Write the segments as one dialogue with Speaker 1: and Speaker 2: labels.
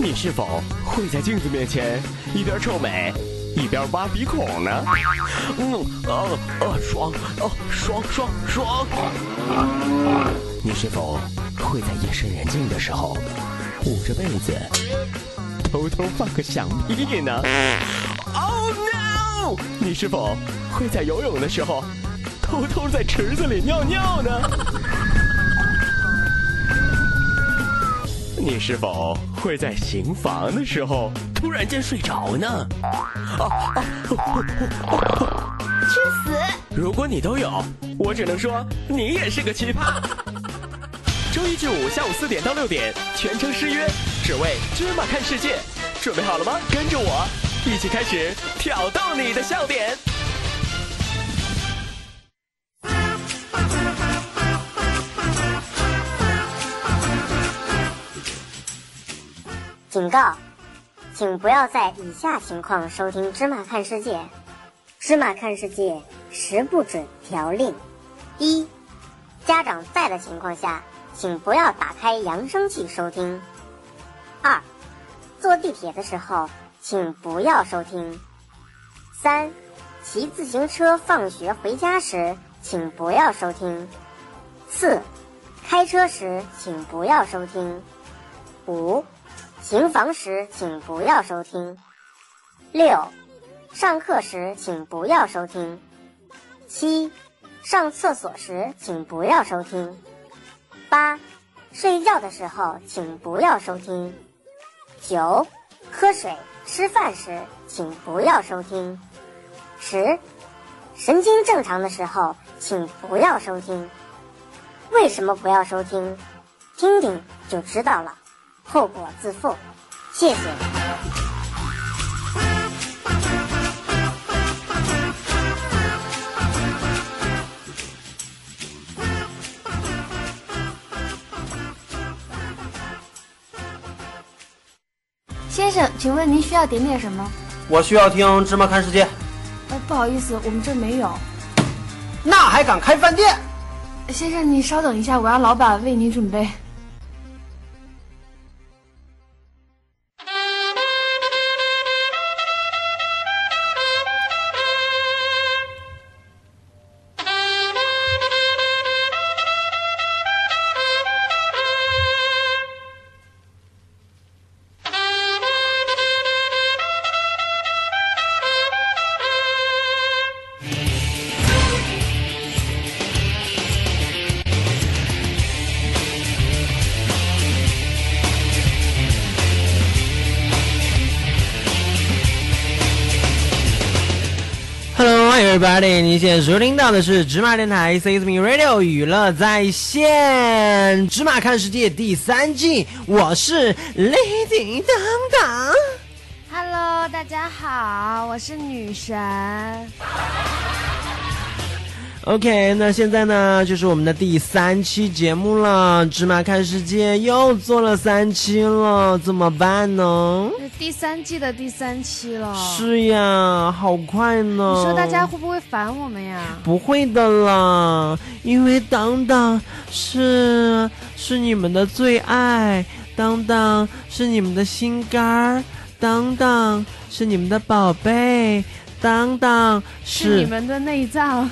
Speaker 1: 你是否会在镜子面前一边臭美，一边挖鼻孔呢？嗯，呃呃，爽，哦，爽爽爽！你是否会在夜深人静的时候，捂着被子，偷偷放个响屁呢？Oh no！你是否会在游泳的时候，偷偷在池子里尿尿呢？你是否会在行房的时候突然间睡着呢？啊啊！
Speaker 2: 去死！
Speaker 1: 如果你都有，我只能说你也是个奇葩。周一至五下午四点到六点，全程失约，只为芝麻看世界。准备好了吗？跟着我一起开始挑逗你的笑点。
Speaker 3: 警告，请不要在以下情况收听《芝麻看世界》。《芝麻看世界》十不准条令：一、家长在的情况下，请不要打开扬声器收听；二、坐地铁的时候，请不要收听；三、骑自行车放学回家时，请不要收听；四、开车时，请不要收听；五。行房时请不要收听。六，上课时请不要收听。七，上厕所时请不要收听。八，睡觉的时候请不要收听。九，喝水、吃饭时请不要收听。十，神经正常的时候请不要收听。为什么不要收听？听听就知道了。后果自负，谢谢。
Speaker 2: 先生，请问您需要点点什么？
Speaker 4: 我需要听《芝麻看世界》。
Speaker 2: 呃，不好意思，我们这没有。
Speaker 4: 那还敢开饭店？
Speaker 2: 先生，您稍等一下，我让老板为您准备。
Speaker 5: Everybody，你现在收听到的是芝麻电台 C S M Radio 娱乐在线，《芝麻看世界》第三季，我是 Lady 当当。
Speaker 2: Hello，大家好，我是女神。
Speaker 5: OK，那现在呢，就是我们的第三期节目了，《芝麻看世界》又做了三期了，怎么办呢？
Speaker 2: 第三季的第三期了。
Speaker 5: 是啊呀，好快呢。
Speaker 2: 你说大家会不会烦我们呀？
Speaker 5: 不会的啦，因为当当是是你们的最爱，当当是你们的心肝儿，当当是你们的宝贝。当当
Speaker 2: 是你们的内脏。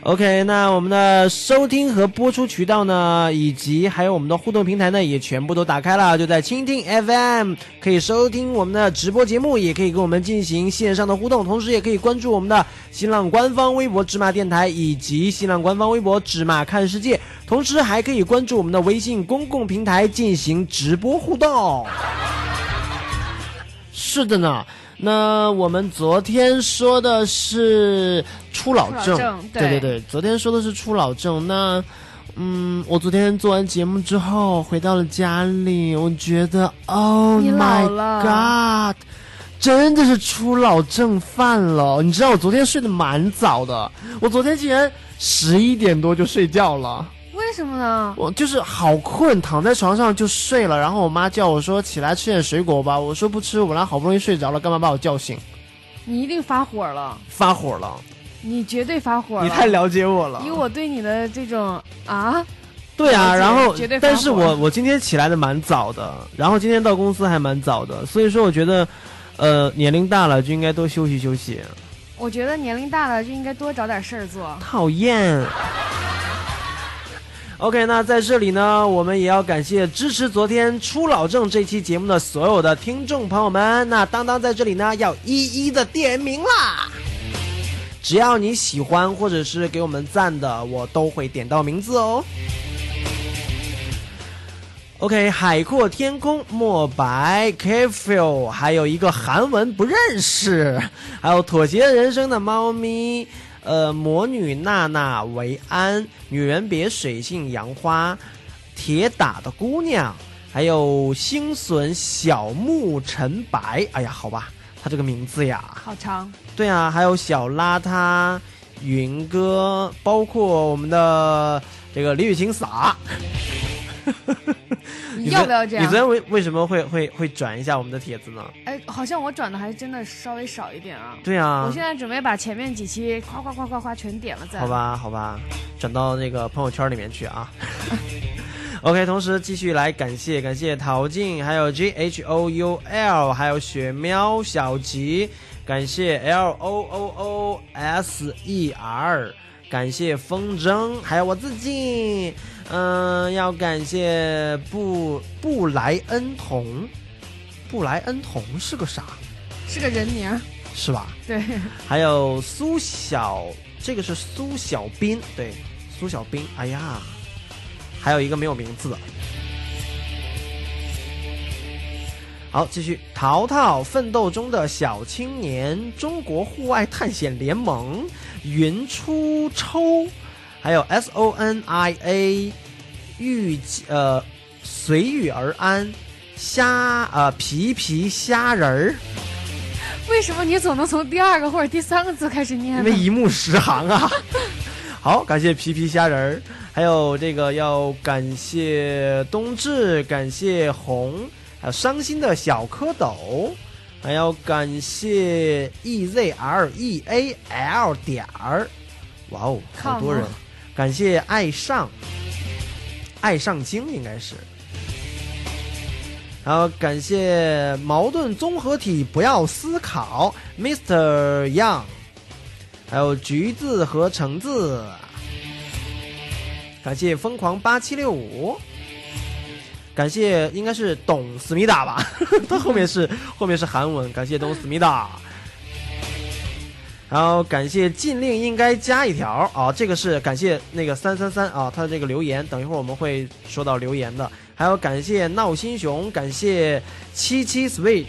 Speaker 5: OK，那我们的收听和播出渠道呢，以及还有我们的互动平台呢，也全部都打开了，就在蜻蜓 FM 可以收听我们的直播节目，也可以跟我们进行线上的互动，同时也可以关注我们的新浪官方微博“芝麻电台”以及新浪官方微博“芝麻看世界”，同时还可以关注我们的微信公共平台进行直播互动。是的呢，那我们昨天说的是初老症，
Speaker 2: 对
Speaker 5: 对对，昨天说的是初老症。那，嗯，我昨天做完节目之后回到了家里，我觉得，Oh my God，真的是初老症犯了。你知道我昨天睡得蛮早的，我昨天竟然十一点多就睡觉了。
Speaker 2: 为什么呢？
Speaker 5: 我就是好困，躺在床上就睡了。然后我妈叫我说起来吃点水果吧，我说不吃。我本来好不容易睡着了，干嘛把我叫醒？
Speaker 2: 你一定发火了，
Speaker 5: 发火了，
Speaker 2: 你绝对发火了。
Speaker 5: 你太了解我了，
Speaker 2: 以我对你的这种啊，
Speaker 5: 对啊，
Speaker 6: 了解
Speaker 5: 然后
Speaker 6: 绝对发火
Speaker 5: 但是我我今天起来的蛮早的，然后今天到公司还蛮早的，所以说我觉得，呃，年龄大了就应该多休息休息。
Speaker 6: 我觉得年龄大了就应该多找点事儿做。
Speaker 5: 讨厌。OK，那在这里呢，我们也要感谢支持昨天出老郑这期节目的所有的听众朋友们。那当当在这里呢，要一一的点名啦。只要你喜欢或者是给我们赞的，我都会点到名字哦。OK，海阔天空、墨白、k f i l 还有一个韩文不认识，还有妥协人生的猫咪，呃，魔女娜娜、维安、女人别水性杨花、铁打的姑娘，还有星隼小木陈白。哎呀，好吧，他这个名字呀，
Speaker 6: 好长，
Speaker 5: 对啊，还有小邋遢、云哥，包括我们的这个李雨晴洒。
Speaker 6: 你要不要这
Speaker 5: 你
Speaker 6: 样？
Speaker 5: 昨天为为什么会会会转一下我们的帖子呢？
Speaker 6: 哎，好像我转的还真的稍微少一点啊。
Speaker 5: 对啊，
Speaker 6: 我现在准备把前面几期夸夸夸夸夸全点了再。
Speaker 5: 好，吧，好吧，转到那个朋友圈里面去啊。OK，同时继续来感谢感谢陶静，还有 G H O U L，还有雪喵小吉，感谢 L O O O S E R，感谢风筝，还有我自己。嗯、要感谢布布莱恩童，布莱恩童是个啥？
Speaker 6: 是个人名儿。
Speaker 5: 是吧？
Speaker 6: 对，
Speaker 5: 还有苏小，这个是苏小斌，对，苏小斌。哎呀，还有一个没有名字的。啊好，继续。淘淘，奋斗中的小青年，中国户外探险联盟，云出抽，还有 S O N I A，遇呃随遇而安，虾呃皮皮虾仁儿。
Speaker 6: 为什么你总能从第二个或者第三个字开始念
Speaker 5: 因
Speaker 6: 呢
Speaker 5: 为？一目十行啊。 好，感谢皮皮虾仁儿，还有这个要感谢冬至，感谢红，还有伤心的小蝌蚪，还要感谢 E Z R E A L 点儿，哇哦，好多人
Speaker 6: 看，
Speaker 5: 感谢爱上，爱上精应该是。然后感谢矛盾综合体不要思考，Mr. Young，还有橘子和橙子，感谢疯狂八七六五，感谢应该是董思密达吧， 他后面是后面是韩文，感谢董思密达。然后感谢禁令应该加一条啊，这个是感谢那个三三三啊，他的这个留言，等一会儿我们会说到留言的。还有感谢闹心熊，感谢七七 sweet，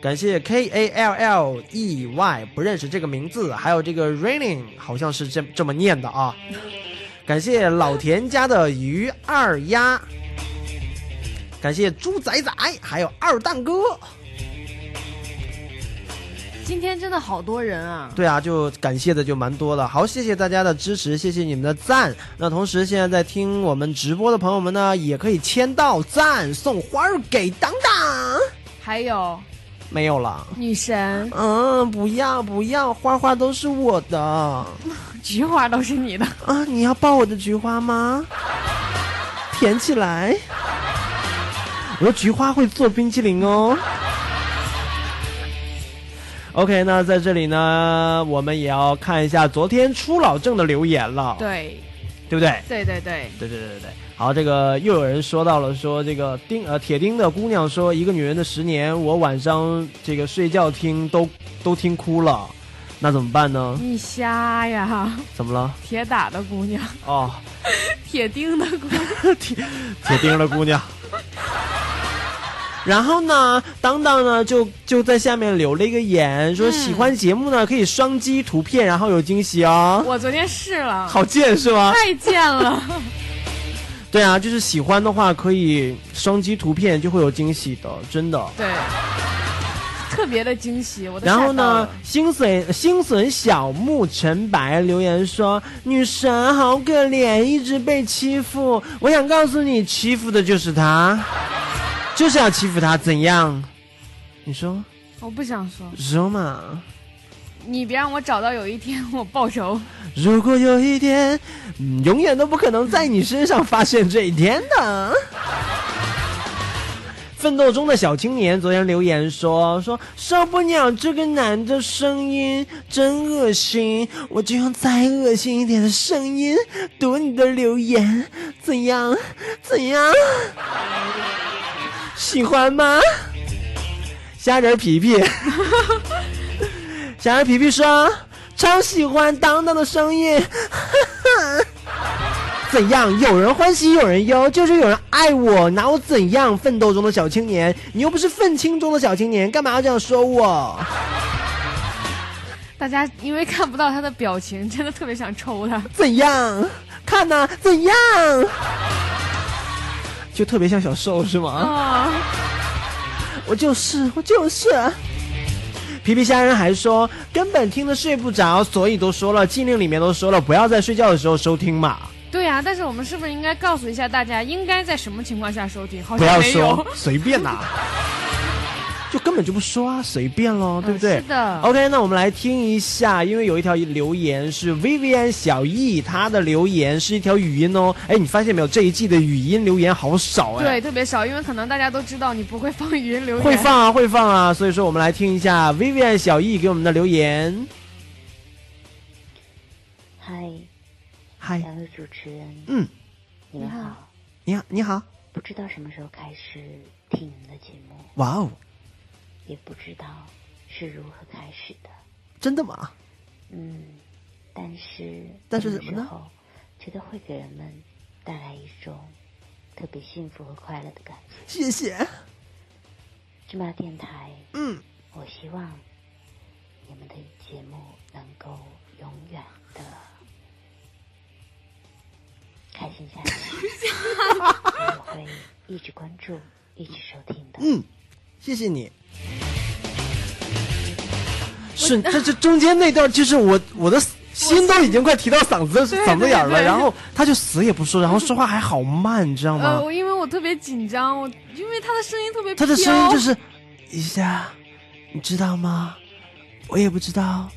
Speaker 5: 感谢 K A L L E Y 不认识这个名字，还有这个 raining 好像是这这么念的啊。感谢老田家的鱼二丫，感谢猪仔仔，还有二蛋哥。
Speaker 6: 今天真的好多人啊！
Speaker 5: 对啊，就感谢的就蛮多的。好，谢谢大家的支持，谢谢你们的赞。那同时，现在在听我们直播的朋友们呢，也可以签到赞送花儿给当当。
Speaker 6: 还有
Speaker 5: 没有了，
Speaker 6: 女神，
Speaker 5: 嗯，不要不要，花花都是我的啊！
Speaker 6: 菊花都是你的。
Speaker 5: 你要抱我的菊花吗？舔起来。我的菊花会做冰淇淋哦。OK，那在这里呢，我们也要看一下昨天初老郑的留言了，
Speaker 6: 对，
Speaker 5: 对不对？
Speaker 6: 对对对，
Speaker 5: 对对对对对。好，这个又有人说到了，说这个丁呃铁钉的姑娘说，一个女人的十年，我晚上这个睡觉听都都听哭了，那怎么办呢？
Speaker 6: 你瞎呀！
Speaker 5: 怎么了？
Speaker 6: 铁打的姑娘，
Speaker 5: 哦，
Speaker 6: 铁钉的姑娘，
Speaker 5: 铁钉的姑娘。然后呢，当当呢就就在下面留了一个言，说喜欢节目呢可以双击图片，然后有惊喜哦。
Speaker 6: 我昨天试了，
Speaker 5: 好贱是吗？
Speaker 6: 太贱了。
Speaker 5: 对啊，就是喜欢的话可以双击图片，就会有惊喜的，真的。
Speaker 6: 对，特别的惊喜，我都
Speaker 5: 然后
Speaker 6: 吓到
Speaker 5: 呢
Speaker 6: 了，
Speaker 5: 星隼星隼小木陈白留言说：“女神好可怜，一直被欺负。我想告诉你，欺负的就是她，就是要欺负她，怎样？你说
Speaker 6: 我不想说，
Speaker 5: 说嘛？
Speaker 6: 你别让我找到有一天我报仇。
Speaker 5: 如果有一天，嗯永远都不可能在你身上发现这一天的。奋斗中的小青年昨天留言说：“说受不了这个男的声音，真恶心！我就用再恶心一点的声音读你的留言，怎样？怎样？喜欢吗？”虾仁皮皮。小人皮皮说：“超喜欢当当的声音， 怎样？有人欢喜有人忧，就是有人爱我，拿我怎样？奋斗中的小青年，你又不是愤青中的小青年，干嘛要这样说我？
Speaker 6: 大家因为看不到他的表情，真的特别想抽他。
Speaker 5: 怎样？看呐、怎样？就特别像小兽是吗？”
Speaker 6: 啊，
Speaker 5: 我就是，我就是。皮皮虾人还说，根本听得睡不着，所以都说了，禁令里面都说了，不要在睡觉的时候收听嘛，
Speaker 6: 对呀、但是我们是不是应该告诉一下大家，应该在什么情况下收听？好
Speaker 5: 不要
Speaker 6: 像没有。
Speaker 5: 说，随便呐、 就根本就不说啊，随便咯，对不对？
Speaker 6: 嗯
Speaker 5: 哦
Speaker 6: 是的
Speaker 5: OK，那我们来听一下，因为有一条留言是 Vivian 小易，她的留言是一条语音哦。哎，你发现没有？这一季的语音留言好少哎。
Speaker 6: 对，特别少，因为可能大家都知道你不会放语音留言。
Speaker 5: 会放啊，会放啊，所以说我们来听一下 Vivian 小易给我们的留言。
Speaker 7: 嗨，
Speaker 5: 嗨，
Speaker 7: 两位主持人，
Speaker 5: 嗯，
Speaker 7: 你们好。
Speaker 5: 你好，你好，
Speaker 7: 不知道什么时候开始听你们的节目，
Speaker 5: 哇哦，
Speaker 7: 也不知道是如何开始的。
Speaker 5: 真的吗？
Speaker 7: 嗯，但是
Speaker 5: 但是
Speaker 7: 有
Speaker 5: 怎么呢
Speaker 7: 时候觉得会给人们带来一种特别幸福和快乐的感觉。
Speaker 5: 谢谢。
Speaker 7: 芝麻电台，
Speaker 5: 嗯，
Speaker 7: 我希望你们的节目能够永远的开心下去，我会一直关注，一直收听的。
Speaker 5: 嗯，谢谢你。 是，这这中间那段就是我我的心都已经快提到嗓子
Speaker 6: 对
Speaker 5: 嗓子眼儿了，
Speaker 6: 对对
Speaker 5: 然后他就死也不说，然后说话还好慢，你知道
Speaker 6: 呃，
Speaker 5: 吗？
Speaker 6: 我因为我特别紧张，我因为他的声音特别哦
Speaker 5: 他的声音
Speaker 6: 飘
Speaker 5: 就是一下，你知道吗？我也不知道，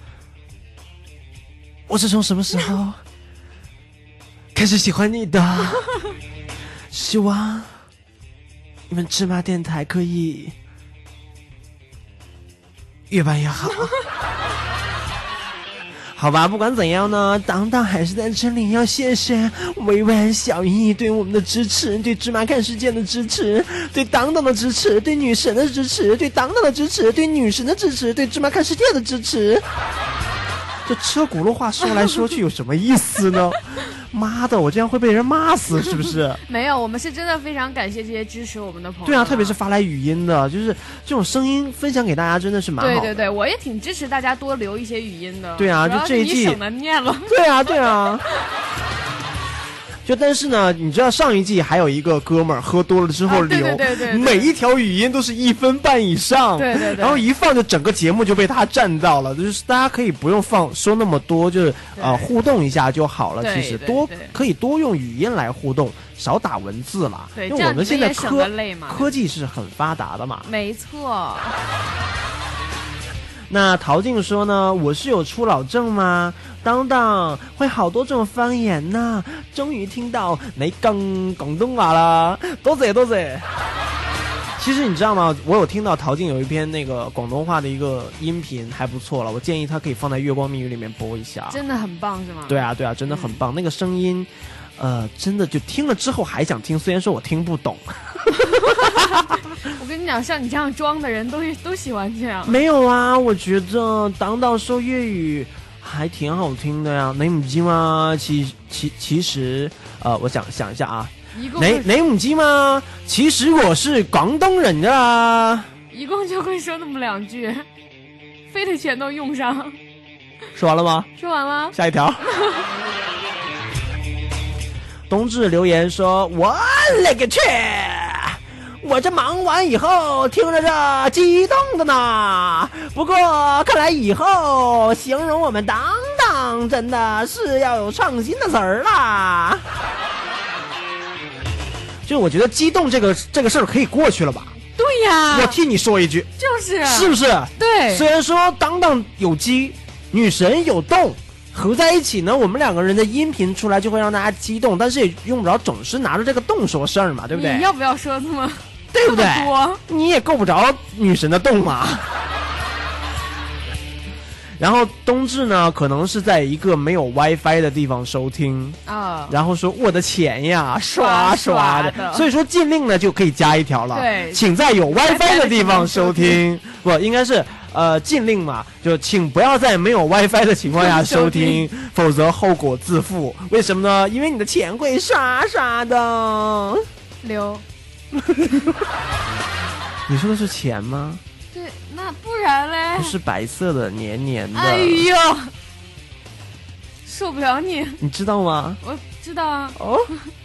Speaker 5: 我是从什么时候开始喜欢你的？ 希望你们芝麻电台可以越办越好。好吧，不管怎样呢，当当还是在这里要谢谢维婉小易对我们的支持，对芝麻看世界的支持，对当当的支持，对女神的支持，对当当的支持，对女神的支持，对芝麻看世界的支持。这车轱辘话说来说去有什么意思呢？ 妈的，我这样会被人骂死是 不是？
Speaker 6: 没有，我们是真的非常感谢这些支持我们的朋友。
Speaker 5: 对啊，特别是发来语音的，就是这种声音分享给大家真的是蛮好
Speaker 6: 对
Speaker 5: 的。
Speaker 6: 对对，我也挺支持大家多留一些语音的。
Speaker 5: 对啊
Speaker 6: 主要
Speaker 5: 就是这一季
Speaker 6: 你省得念 了。
Speaker 5: 对啊，对啊。就但是呢，你知道上一季还有一个哥们儿喝多了之后
Speaker 6: 啊对
Speaker 5: 留，
Speaker 6: 对对对对
Speaker 5: 每一条语音都是一分半以上，
Speaker 6: 对对对
Speaker 5: 然后一放就整个节目就被他占到了，就是大家可以不用放说那么多，就是呃互动一下就好了。
Speaker 6: 对
Speaker 5: 其实
Speaker 6: 对
Speaker 5: 多
Speaker 6: 对
Speaker 5: 可以多用语音来互动，少打文字啦。
Speaker 6: 对
Speaker 5: 因
Speaker 6: 这
Speaker 5: 为
Speaker 6: 样
Speaker 5: 我们
Speaker 6: 你们
Speaker 5: 现在
Speaker 6: 也省
Speaker 5: 科
Speaker 6: 得累嘛
Speaker 5: 科技是很发达的嘛。
Speaker 6: 没错，
Speaker 5: 那陶静说呢，我是有初老症吗？当当会好多种方言呐、终于听到你更广东话啦，多谢多谢。其实你知道吗？我有听到陶静有一篇那个广东话的一个音频，还不错了。我建议她可以放在《月光密语》里面播一下。
Speaker 6: 真的很棒，是吗？
Speaker 5: 对啊，对啊，真的很棒，那个声音，呃，真的就听了之后还想听，虽然说我听不懂。
Speaker 6: 我跟你讲，像你这样装的人都都喜欢这样。
Speaker 5: 没有啊，我觉得当当说粤语还挺好听的呀。你唔知吗？其其其实，呃，我想想一下啊，
Speaker 6: 一共
Speaker 5: 你你唔知吗？其实我是广东人的啦，
Speaker 6: 一共就会说那么两句，非得全都用上。
Speaker 5: 说完了吗？
Speaker 6: 说完了，
Speaker 5: 下一条。冬至留言说：“我勒个去！我这忙完以后听着这激动的呢。不过看来以后形容我们当当真的是要有创新的词儿啦。”就我觉得激动这个这个事儿可以过去了吧？
Speaker 6: 对呀，
Speaker 5: 我替你说一句，
Speaker 6: 就是
Speaker 5: 是不是？
Speaker 6: 对
Speaker 5: 虽然说当当有鸡，女神有洞。合在一起呢，我们两个人的音频出来就会让大家激动，但是也用不着总是拿着这个洞说事儿嘛，对不对
Speaker 6: 嗯你？要不要说这么
Speaker 5: 对不对
Speaker 6: 这么？
Speaker 5: 你也够不着女神的洞嘛。 然后冬至呢，可能是在一个没有 WiFi 的地方收听，
Speaker 6: 啊？
Speaker 5: 然后说我的钱呀，刷
Speaker 6: 刷
Speaker 5: 刷
Speaker 6: 的
Speaker 5: 所以说禁令呢就可以加一条了，
Speaker 6: 对
Speaker 5: 请在有 WiFi 的地方收
Speaker 6: 收
Speaker 5: 听，不应该是呃禁令嘛，就请不要在没有 WiFi 的情况下收
Speaker 6: 收听
Speaker 5: 听，否则后果自负。为什么呢？因为你的钱会刷刷的。
Speaker 6: 刘，
Speaker 5: 你说的是钱吗？
Speaker 6: 对，那不然嘞
Speaker 5: 不？是白色的，黏黏的，
Speaker 6: 哎呦，受不了你！
Speaker 5: 你知道吗？
Speaker 6: 我知道啊，
Speaker 5: 哦，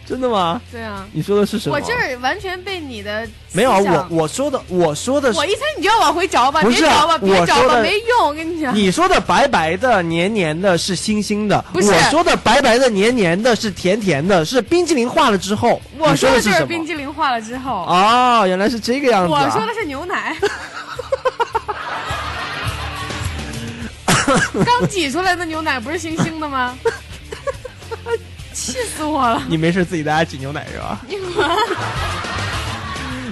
Speaker 5: 真的吗？
Speaker 6: 对啊，
Speaker 5: 你说的是什么？
Speaker 6: 我这儿完全被你的思
Speaker 5: 没有啊，
Speaker 6: 想
Speaker 5: 我我说的我说的是
Speaker 6: 我一猜你就要往回找吧，
Speaker 5: 不
Speaker 6: 别
Speaker 5: 是啊
Speaker 6: 找吧，
Speaker 5: 我
Speaker 6: 别找
Speaker 5: 说
Speaker 6: 吧，
Speaker 5: 的
Speaker 6: 没用，我跟你 讲。
Speaker 5: 你说的白白的、黏黏的是星星的，
Speaker 6: 不是
Speaker 5: 我说的白白的、黏黏的是甜甜的，是冰激凌化了之后。
Speaker 6: 我
Speaker 5: 你说
Speaker 6: 的
Speaker 5: 是
Speaker 6: 这
Speaker 5: 什
Speaker 6: 是
Speaker 5: 么？
Speaker 6: 冰激凌化了之后，
Speaker 5: 哦，原来是这个样子、啊。
Speaker 6: 我说的是牛 奶。刚挤出来的牛奶不是星星的 吗？气死我了！
Speaker 5: 你没事自己在家挤牛奶是吧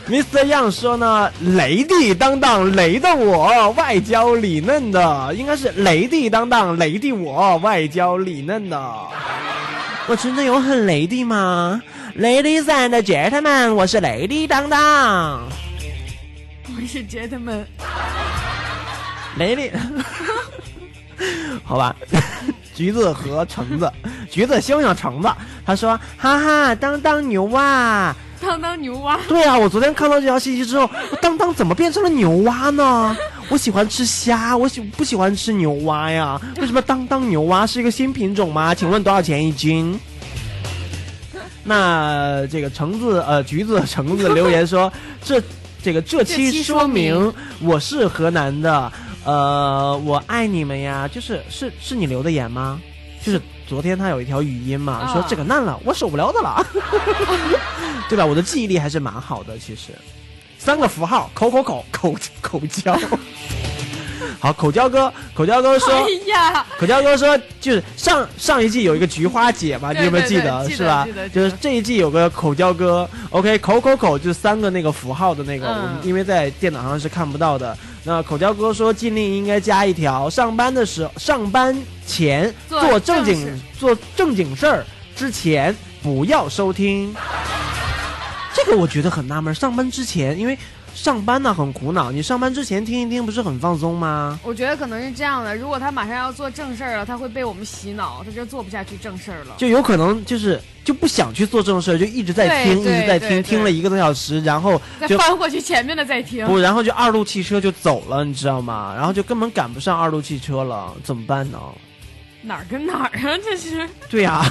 Speaker 5: ？Mr. Yang 说呢，雷帝当当雷的我，外焦里嫩的，应该是雷帝当当雷的我，外焦里嫩的。我真的有很雷帝吗？Ladies and gentlemen，我是雷帝当当，
Speaker 6: 我是觉得们
Speaker 5: 雷帝。好吧， 橘子和橙子，橘子想想橙子，他说：“哈哈，当当牛啊，
Speaker 6: 当当牛蛙，
Speaker 5: 对啊，我昨天看到这条信息之后，当当怎么变成了牛蛙呢？我喜欢吃虾，我喜不喜欢吃牛蛙呀？为什么当当牛蛙是一个新品种吗？请问多少钱一斤？那这个橙子呃橘子橙子留言说， 这这个这
Speaker 6: 这
Speaker 5: 期
Speaker 6: 期
Speaker 5: 说
Speaker 6: 说明
Speaker 5: 明我是河南的，呃，我爱你们呀，就是是是你留的言吗？就是昨天他有一条语音嘛，
Speaker 6: 啊
Speaker 5: 说这个烂了，我受不了的了。 对吧？我的记忆力还是蛮好的，其实。三个符号，口口口口口交。 好，口交哥，口交哥说，
Speaker 6: 哎呀，
Speaker 5: 口交哥说，就是上上一季有一个菊花姐嘛，你
Speaker 6: 对
Speaker 5: 有没有
Speaker 6: 对对
Speaker 5: 得？
Speaker 6: 记得
Speaker 5: 是吧
Speaker 6: 记得？记
Speaker 5: 就
Speaker 6: 得
Speaker 5: 是这一季有个口交哥，OK，口口口就是三个那个符号的那个，
Speaker 6: 嗯
Speaker 5: 我们因为在电脑上是看不到的。那口交哥说，禁令应该加一条：上班的时候，上班前
Speaker 6: 做
Speaker 5: 做正
Speaker 6: 正
Speaker 5: 经
Speaker 6: 事
Speaker 5: 做正经事儿之前不要收听。这个我觉得很纳闷，上班之前，因为上班呢、很苦恼，你上班之前听一听不是很放松吗？
Speaker 6: 我觉得可能是这样的，如果他马上要做正事儿了，他会被我们洗脑，他就做不下去正事儿了。
Speaker 5: 就有可能就是就不想去做正事儿，就一直在
Speaker 6: 对
Speaker 5: 听，一
Speaker 6: 对
Speaker 5: 直在
Speaker 6: 对
Speaker 5: 听，
Speaker 6: 对
Speaker 5: 听了一个多小时，然后
Speaker 6: 再
Speaker 5: 就
Speaker 6: 翻过去前面的再听，
Speaker 5: 不，然后就二路汽车就走了，你知道吗？然后就根本赶不上二路汽车了，怎么办呢？
Speaker 6: 哪儿跟哪儿啊？这 是
Speaker 5: 对呀、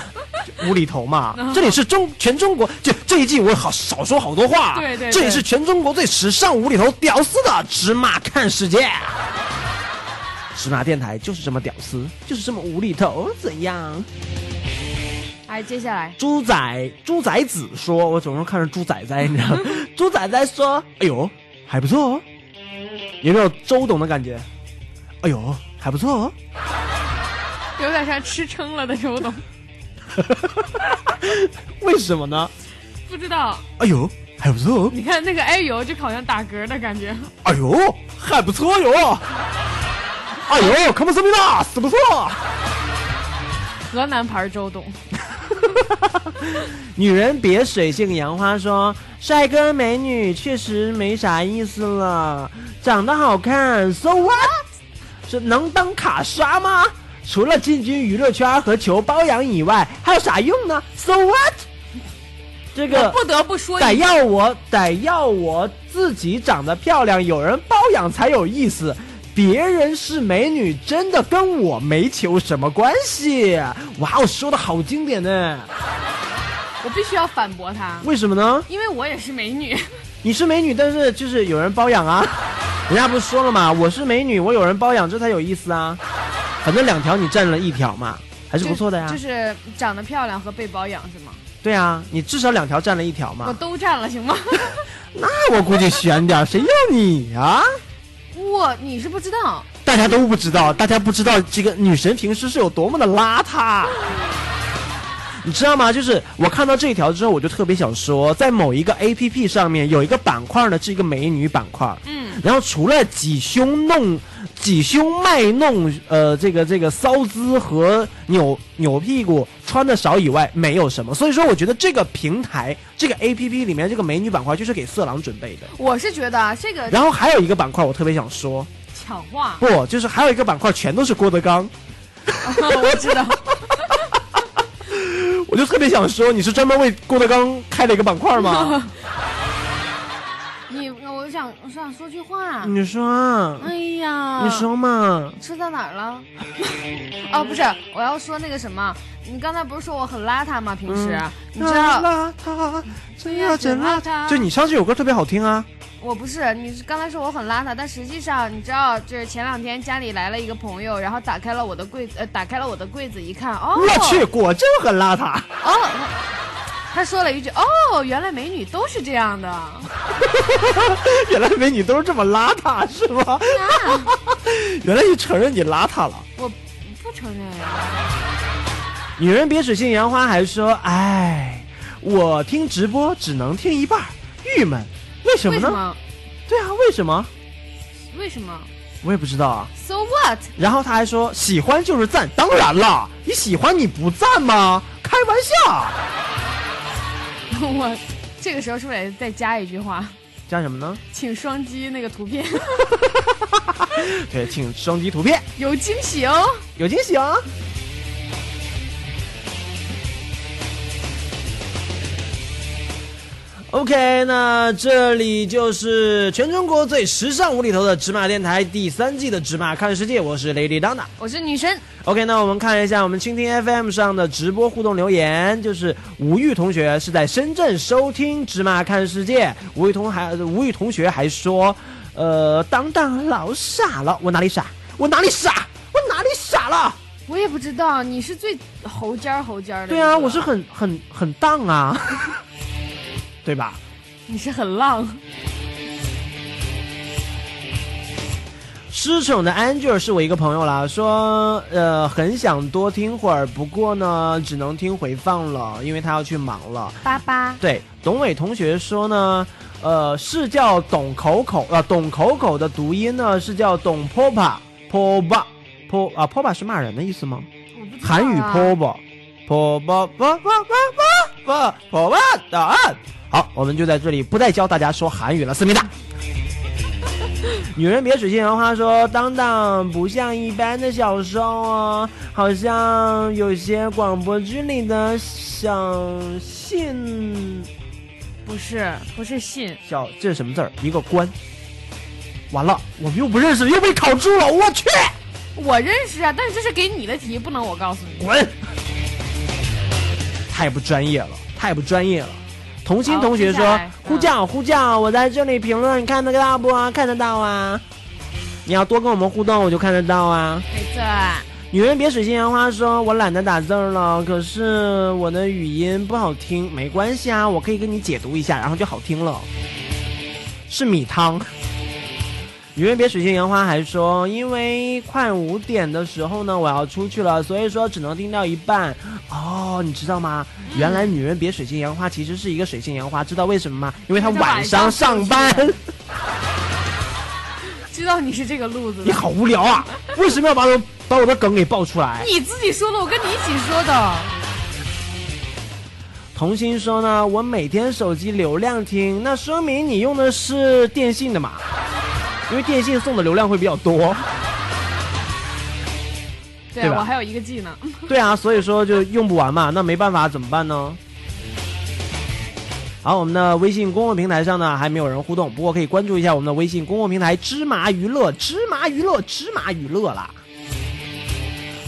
Speaker 5: 就无厘头嘛！
Speaker 6: 嗯
Speaker 5: 这里是中全中国，就这一季我好少说好多话。啊
Speaker 6: 对对对
Speaker 5: 这里是全中国最时尚、无厘头、屌丝的芝麻看世界。芝麻电台就是这么屌丝，就是这么无厘头，怎样？
Speaker 6: 哎，接下来
Speaker 5: 猪仔猪仔子说，我总是看着猪仔仔，你知 道吗？猪仔仔说：“哎呦，还不错哦。”有没有周董的感觉？哎呦，还不错哦。
Speaker 6: 有点像吃撑了的周董，
Speaker 5: 为什么呢？
Speaker 6: 不知道。
Speaker 5: 哎呦，还不错哦。
Speaker 6: 你看那个哎呦，就好像打嗝的感觉。
Speaker 5: 哎呦，还不错哟。哎呦，看不什么啦，是不错。
Speaker 6: 河南牌周董，
Speaker 5: 女人别水性杨花说，帅哥美女确实没啥意思了，长得好看，so what？是能当卡刷吗？除了进军娱乐圈和求包养以外，还有啥用呢？so what？这
Speaker 6: 我
Speaker 5: 个
Speaker 6: 不得不说
Speaker 5: 得
Speaker 6: 一句，
Speaker 5: 要我得要我自己长得漂亮，有人包养才有意思。别人是美女，真的跟我没求什么关系。哇哦，说的好经典呢！
Speaker 6: 我必须要反驳他，
Speaker 5: 为什么呢？
Speaker 6: 因为我也是美女。
Speaker 5: 你 是美女，但是就是有人包 养啊。人家不是说了吗？我是美女，我有人包养，这才有意思啊。反正两条你占了一条嘛，还是不错的呀。
Speaker 6: 就是长得漂亮和被包养是吗？
Speaker 5: 对啊，你至少两条占了一条
Speaker 6: 我
Speaker 5: 嘛。
Speaker 6: 都占了行 吗？啊
Speaker 5: 那我估计悬点儿，谁要你呀、
Speaker 6: 我你是不知道，
Speaker 5: 大家都不知道，大家不知道这个女神平时是有多么的邋遢。你知道吗？就是我看到这条之后，我就特别想说，在某一个 A P P 上面有一个板块呢，是一个美女板块。嗯。然后除了挤胸弄、挤胸卖弄，呃，这个这个骚姿和扭扭屁股穿的少以外，没有什么。所以说，我觉得这个平台、这个 A P P 里面这个美女板块就是给色狼准备的。
Speaker 6: 我是觉得啊这个
Speaker 5: 然后还有一个板块，我特别想说，，
Speaker 6: 抢话
Speaker 5: 不，就是还有一个板块全都是郭德纲。
Speaker 6: 我知道，
Speaker 5: 我就特别想说，你是专门为郭德纲开了一个板块吗？
Speaker 6: 你我想我想说句话，
Speaker 5: 你说啊，
Speaker 6: 哎呀，
Speaker 5: 你说嘛，
Speaker 6: 说到哪儿了？ 哦，不是，我要说那个什么，你刚才不是说我很邋遢吗？平时、啊你知道、
Speaker 5: 嗯邋遢，真要真邋
Speaker 6: 真要真邋
Speaker 5: 遢。
Speaker 6: 遢
Speaker 5: 就你唱这首歌特别好听啊，
Speaker 6: 我不是，你是刚才说我很邋遢，但实际上你知道，就是前两天家里来了一个朋友，然后打开了我的柜子，呃，打开了我的柜子一看，哦，
Speaker 5: 我去，果真很邋遢。
Speaker 6: 哦，他说了一句，哦，原来美女都是这样的，哦
Speaker 5: 原来美女都是这么邋遢是吗？
Speaker 6: 啊
Speaker 5: 原来你承认你邋遢了。
Speaker 6: 我不承认呀，
Speaker 5: 女人别水性杨花还说，哎，我听直播只能听一半儿，郁闷，为什么
Speaker 6: 为
Speaker 5: 呢？
Speaker 6: 什么？
Speaker 5: 对啊，为什么？
Speaker 6: 为什么
Speaker 5: 我也不知道啊。
Speaker 6: ？So what？
Speaker 5: 然后他还说喜欢就是赞，当然了，你喜欢你不赞吗？开玩笑，
Speaker 6: 我这个时候是不是得再加一句话？
Speaker 5: 加什么呢？
Speaker 6: 请双击那个图片，
Speaker 5: 对，请双击图片，
Speaker 6: 有惊喜哦。
Speaker 5: 有惊喜啊！OK，那这里就是全中国最时尚无厘头的芝麻电台第三季的《芝麻看世界》，我是 Lady Dana。
Speaker 6: 我是女神，
Speaker 5: OK，那我们看一下我们蜻蜓 FM 上的直播互动留言，就是吴玉同学是在深圳收听《芝麻看世界》，吴玉同还吴玉同学还说，呃，当当老傻了，我哪里傻？我哪里傻？我哪里傻了？
Speaker 6: 我也不知道你是最猴尖儿猴尖儿的。
Speaker 5: 对啊，我是，很很很荡啊， 对吧？
Speaker 6: 你是很浪。
Speaker 5: 失宠的 Angel 是我一个朋友啦，说呃很想多听会儿，不过呢只能听回放了，因为他要去忙了。
Speaker 2: 八八，
Speaker 5: 对，董伟同学说呢，呃，是叫董口口，呃，董口口的读音呢是叫董婆巴婆巴婆啊，婆巴是骂人的意思吗？
Speaker 6: 我不知道啊
Speaker 5: 韩语婆巴婆巴婆巴婆巴婆巴答案。好，我们就在这里不再教大家说韩语了，思密达。女人别水性杨花说，当当不像一般的小受哦，好像有些广播剧里的小信
Speaker 6: 不是不是信，
Speaker 5: 小这是什么字儿？一个关。完了，我们又不认识，又被考住了，我去，
Speaker 6: 我认识啊，但是这是给你的题，不能我告诉你。
Speaker 5: 滚！太不专业了，太不专业了。童心同学
Speaker 6: 好
Speaker 5: 说
Speaker 6: 接下来：“嗯
Speaker 5: 呼叫呼叫，我在这里评论，你看得到不啊？看得到啊！你要多跟我们互动，我就看得到啊。”
Speaker 6: 没错，
Speaker 5: 女人别水性杨花说：“我懒得打字儿了，可是我的语音不好听，没关系啊，我可以给你解读一下，然后就好听了。”是米汤。女人别水性杨花还说：“因为快五点的时候呢，我要出去了，所以说只能听到一半。”哦，你知道吗？原来女人别水性杨花其实是一个水性杨花，知道为什么吗？因为她
Speaker 6: 因为她
Speaker 5: 晚上
Speaker 6: 晚上
Speaker 5: 上
Speaker 6: 出去
Speaker 5: 班。
Speaker 6: 知道你是这个路子
Speaker 5: 你
Speaker 6: 的。
Speaker 5: 好无聊啊！为什么要把我把我的梗给爆出来？
Speaker 6: 你自己说的，我跟你一起说的。
Speaker 5: 童心说呢，我每天手机流量听，那说明你用的是电信的嘛，因为电信送的流量会比较多。
Speaker 6: 对啊
Speaker 5: 对吧
Speaker 6: 我还有一个技能，
Speaker 5: 对啊，所以说就用不完嘛，那没办法，怎么办呢？好，我们的微信公共平台上呢还没有人互动，不过可以关注一下我们的微信公共平台“芝麻娱乐”，芝麻娱乐，芝麻娱乐啦。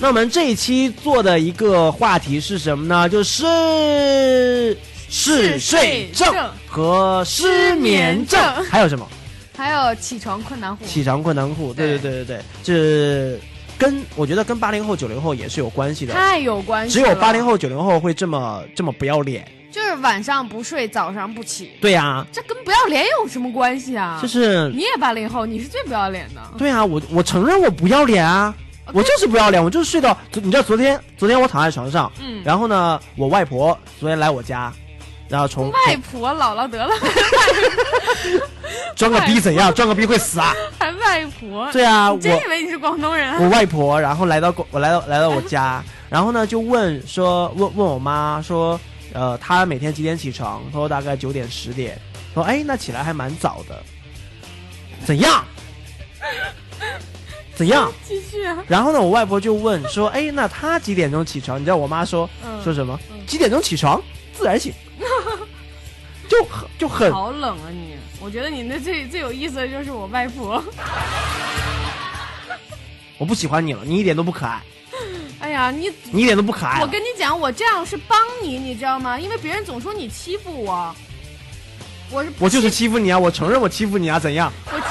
Speaker 5: 那我们这一期做的一个话题是什么呢？就是嗜睡症
Speaker 6: 嗜睡症
Speaker 5: 和失眠症
Speaker 6: 失眠症，
Speaker 5: 还有什么？
Speaker 6: 还有起床困难户。
Speaker 5: 起床困难户。对对对对对，这跟我觉得跟八零后、九零后也是有关系的。
Speaker 6: 太有关系
Speaker 5: 只
Speaker 6: 了。
Speaker 5: 有八零后、九零后会这么这么不要脸，
Speaker 6: 就是晚上不睡，早上不起，
Speaker 5: 对呀、
Speaker 6: 这跟不要脸有什么关系啊？
Speaker 5: 就是
Speaker 6: 你也八零后，你是最不要脸的。
Speaker 5: 对啊，我我承认我不要脸啊，我就是不要脸，我就是睡到，你知道昨天昨天我躺在床上，
Speaker 6: 嗯
Speaker 5: 然后呢，我外婆昨天来我家，然后从
Speaker 6: 外婆、姥姥得了，
Speaker 5: 装个逼怎样，装个逼会死 啊？
Speaker 6: 还外婆，
Speaker 5: 对啊，
Speaker 6: 你真
Speaker 5: 我
Speaker 6: 以为你是广东人啊？
Speaker 5: 我外婆，然后来到我来到来到我家，然后呢就问说问问我妈说，呃，她每天几点起床？她说大概九点十点。说哎，那起来还蛮早的，怎样？怎样？
Speaker 6: 继续啊，
Speaker 5: 然后呢，我外婆就问说：“哎，那她几点钟起床？”你知道我妈说、
Speaker 6: 嗯
Speaker 5: 说什么？几点钟起床？自 然醒，就很就很
Speaker 6: 好冷啊你！我觉得你那最最有意思的就是我外婆。
Speaker 5: 我不喜欢你了，你一点都不可爱，
Speaker 6: 哎呀，你
Speaker 5: 你一点都不可爱
Speaker 6: 我
Speaker 5: 了。
Speaker 6: 跟你讲，我这样是帮你，你知道吗？因为别人总说你欺负我，我是
Speaker 5: 我就是欺负你啊！我承认我欺负你啊！怎样？
Speaker 6: 我欺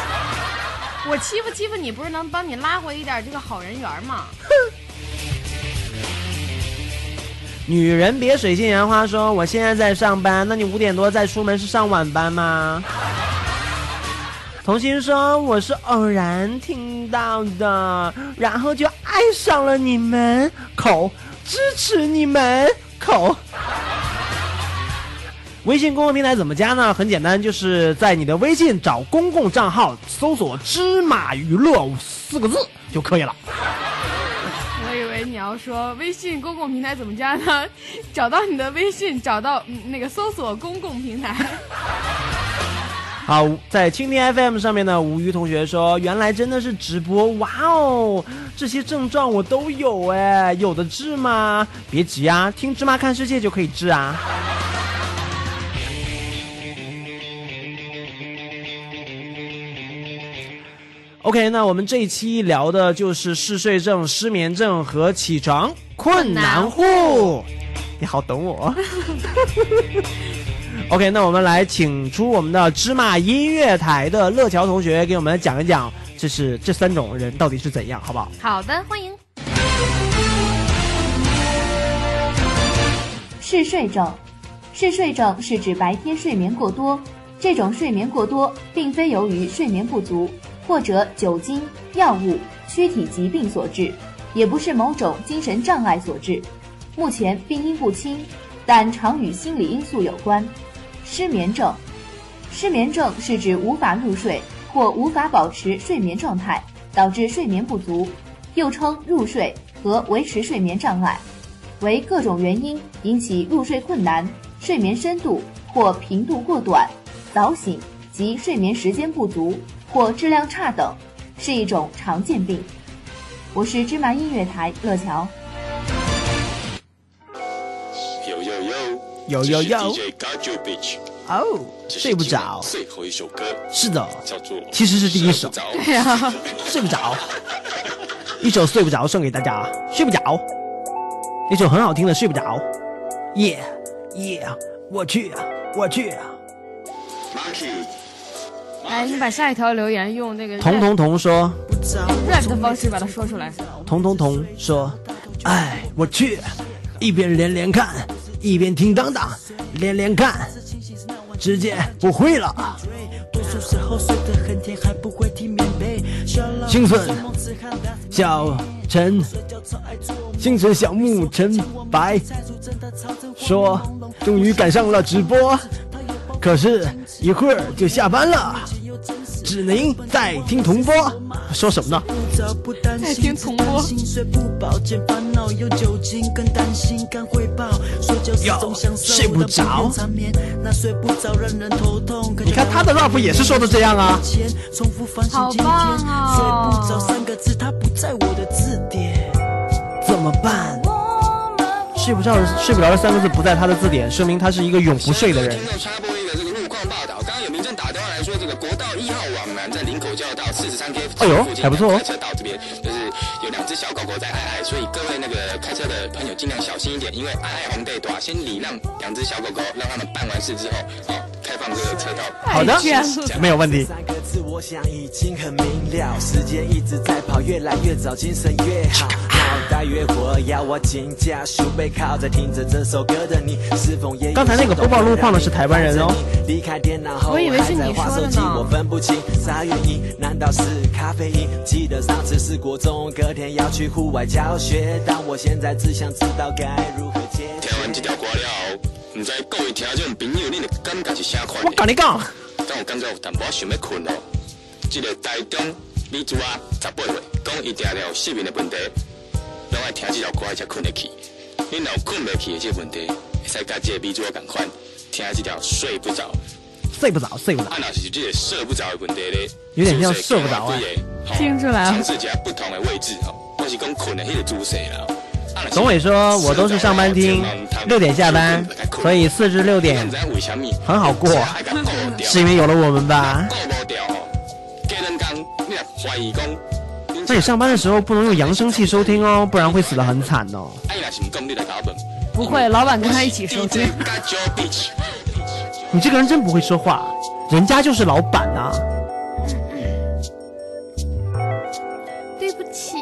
Speaker 6: 我欺负欺负你，不是能帮你拉回一点这个好人缘吗？
Speaker 5: 女人别水性杨花说：“我现在在上班，那你五点多再出门是上晚班吗？”童心说：“我是偶然听到的，然后就爱上了你们，口支持你们，口。”微信公众平台怎么加呢？很简单，就是在你的微信找公共账号，搜索“芝麻娱乐”四个字就可以了。
Speaker 6: 我以为你要说微信公共平台怎么加呢？ 找到你的微信，找到、嗯那个搜索公共平台。
Speaker 5: 好，在蜻蜓 FM 上面呢，吴鱼同学说，原来真的是直播，哇哦，这些症状我都有哎，有的治吗？别急啊，听芝麻看世界就可以治啊。OK，那我们这一期聊的就是嗜睡症、失眠症和起床困难户。你好，懂我。OK，那我们来请出我们的芝麻音乐台的乐乔同学，给我们讲一讲，这是这三种人到底是怎样，好不好？
Speaker 6: 好的，欢迎。
Speaker 8: 嗜睡症，嗜睡症是指白天睡眠过多。这种睡眠过多并非由于睡眠不足或者酒精、药物、躯体疾病所致，也不是某种精神障碍所致。目前病因不清，但常与心理因素有关。失眠症，失眠症是指无法入睡或无法保持睡眠状态，导致睡眠不足，又称入睡和维持睡眠障碍。为各种原因引起入睡困难、睡眠深度或频度过短、早醒及睡眠时间不足或质量差等，是一种常见病。我是芝麻音乐台乐乔。
Speaker 9: 有有有
Speaker 5: 有有有
Speaker 9: ，DJ Gajo Beach，
Speaker 5: 哦，
Speaker 9: 这是
Speaker 5: 睡不
Speaker 9: 今晚
Speaker 5: 着，
Speaker 9: 最后一首歌
Speaker 5: 是的，
Speaker 9: 叫做《
Speaker 5: 其实是第一首
Speaker 9: 睡不着
Speaker 5: 睡不 着，一首睡不着送给大家，睡不着，一首很好听的睡不着，耶耶，我去，啊我去，
Speaker 9: Monkey
Speaker 6: 来，哎你把下一条留言用那个
Speaker 5: 童童童说。
Speaker 6: rap 的方式把它说出来。
Speaker 5: 童童童说：“哎，我去，一边连连看，一边听当当，连连看，直接不会了。
Speaker 10: 多数时候睡得很甜，还不会踢棉被。小老
Speaker 5: 青春
Speaker 10: 梦痴汉打死
Speaker 5: 小陈，
Speaker 10: 觉，超爱做梦。
Speaker 5: 星辰小木陈白
Speaker 10: 债主真的操着
Speaker 5: 说，终于赶上了直播，可是一会儿就下班了，只能再听重播。说什么呢？
Speaker 10: 不着不担
Speaker 6: 在
Speaker 10: 心，
Speaker 6: 听重播
Speaker 10: 只担心睡不饱，减烦恼有酒精，更担心肝会爆。睡觉是种享受，
Speaker 5: 睡不着
Speaker 10: 但不愿缠绵，那睡不着让人头痛。
Speaker 5: 你看他的 rap 也是说的这样啊。”
Speaker 10: 前重复反省今天，
Speaker 6: 好棒哦
Speaker 10: 睡不着三个字，它不在我的字典。
Speaker 5: 怎么办？睡不着，睡不着这三个字不在他的字典，说明他是一个永不睡的人
Speaker 9: 听。到插播一个这个路况报道，刚刚有民众打电话来说，这个国道一号往南在林口交道四十三 K
Speaker 5: 哎呦
Speaker 9: 附近
Speaker 5: 还不错哦
Speaker 9: 开车道这边就是有两只小狗狗在爱爱，所以各位那个开车的朋友尽量小心一点，因为爱爱红队短，先礼让两只小狗狗，让他们办完事之后，哦，开放这个车道。哎
Speaker 5: 好的
Speaker 6: 再见了，
Speaker 5: 没有问题。
Speaker 10: 三个字，我想已经很明了。时间一直在跑，越来越早，精神越好。脑袋
Speaker 11: 太越火，要我请假，书背靠在听着这首歌的你，是否也有
Speaker 5: 刚才那个播报录放的是台湾人哦。
Speaker 11: 离开电脑后
Speaker 6: 我以为是
Speaker 11: 还
Speaker 6: 你
Speaker 11: 在划手机
Speaker 6: 说的呢，
Speaker 11: 我分不清啥原因，难道是咖啡因？记得上次是国中，隔天要去户外教学，但我现在只想知道该如何解决。
Speaker 9: 听完这条歌了，毋知各位听众朋友，恁的感觉是啥款？
Speaker 5: 我跟你讲，
Speaker 9: 但我感觉有淡薄想要困哦。这个台中女主啊，十八岁，讲伊定定有失眠的问题，拢爱听这条歌才困得去。你若有困袂去的这个问题，会使甲这个女主啊同款，听这条睡不着。
Speaker 5: 睡不着，睡不着
Speaker 9: 啊，。若是这个睡不着的问题咧，
Speaker 5: 有点像睡不着哎
Speaker 9: 啊。
Speaker 6: 听出来了
Speaker 9: 尝试一下不同的位置哦，我是讲困的迄个姿势啦。啊
Speaker 5: 总委说，我都是上班听，六点下班，所以四至六点很好过，
Speaker 9: 啊
Speaker 5: 是因为有了我们吧？
Speaker 9: 哦怀疑讲，
Speaker 5: 那你上班的时候不能用扬声器收听哦，不然会死得很惨哦。
Speaker 9: 哎若是唔讲你来搞本。
Speaker 6: 不会，老板跟他一起收听。
Speaker 5: 你这个人真不会说话，人家就是老板啊呐、
Speaker 6: 对不起，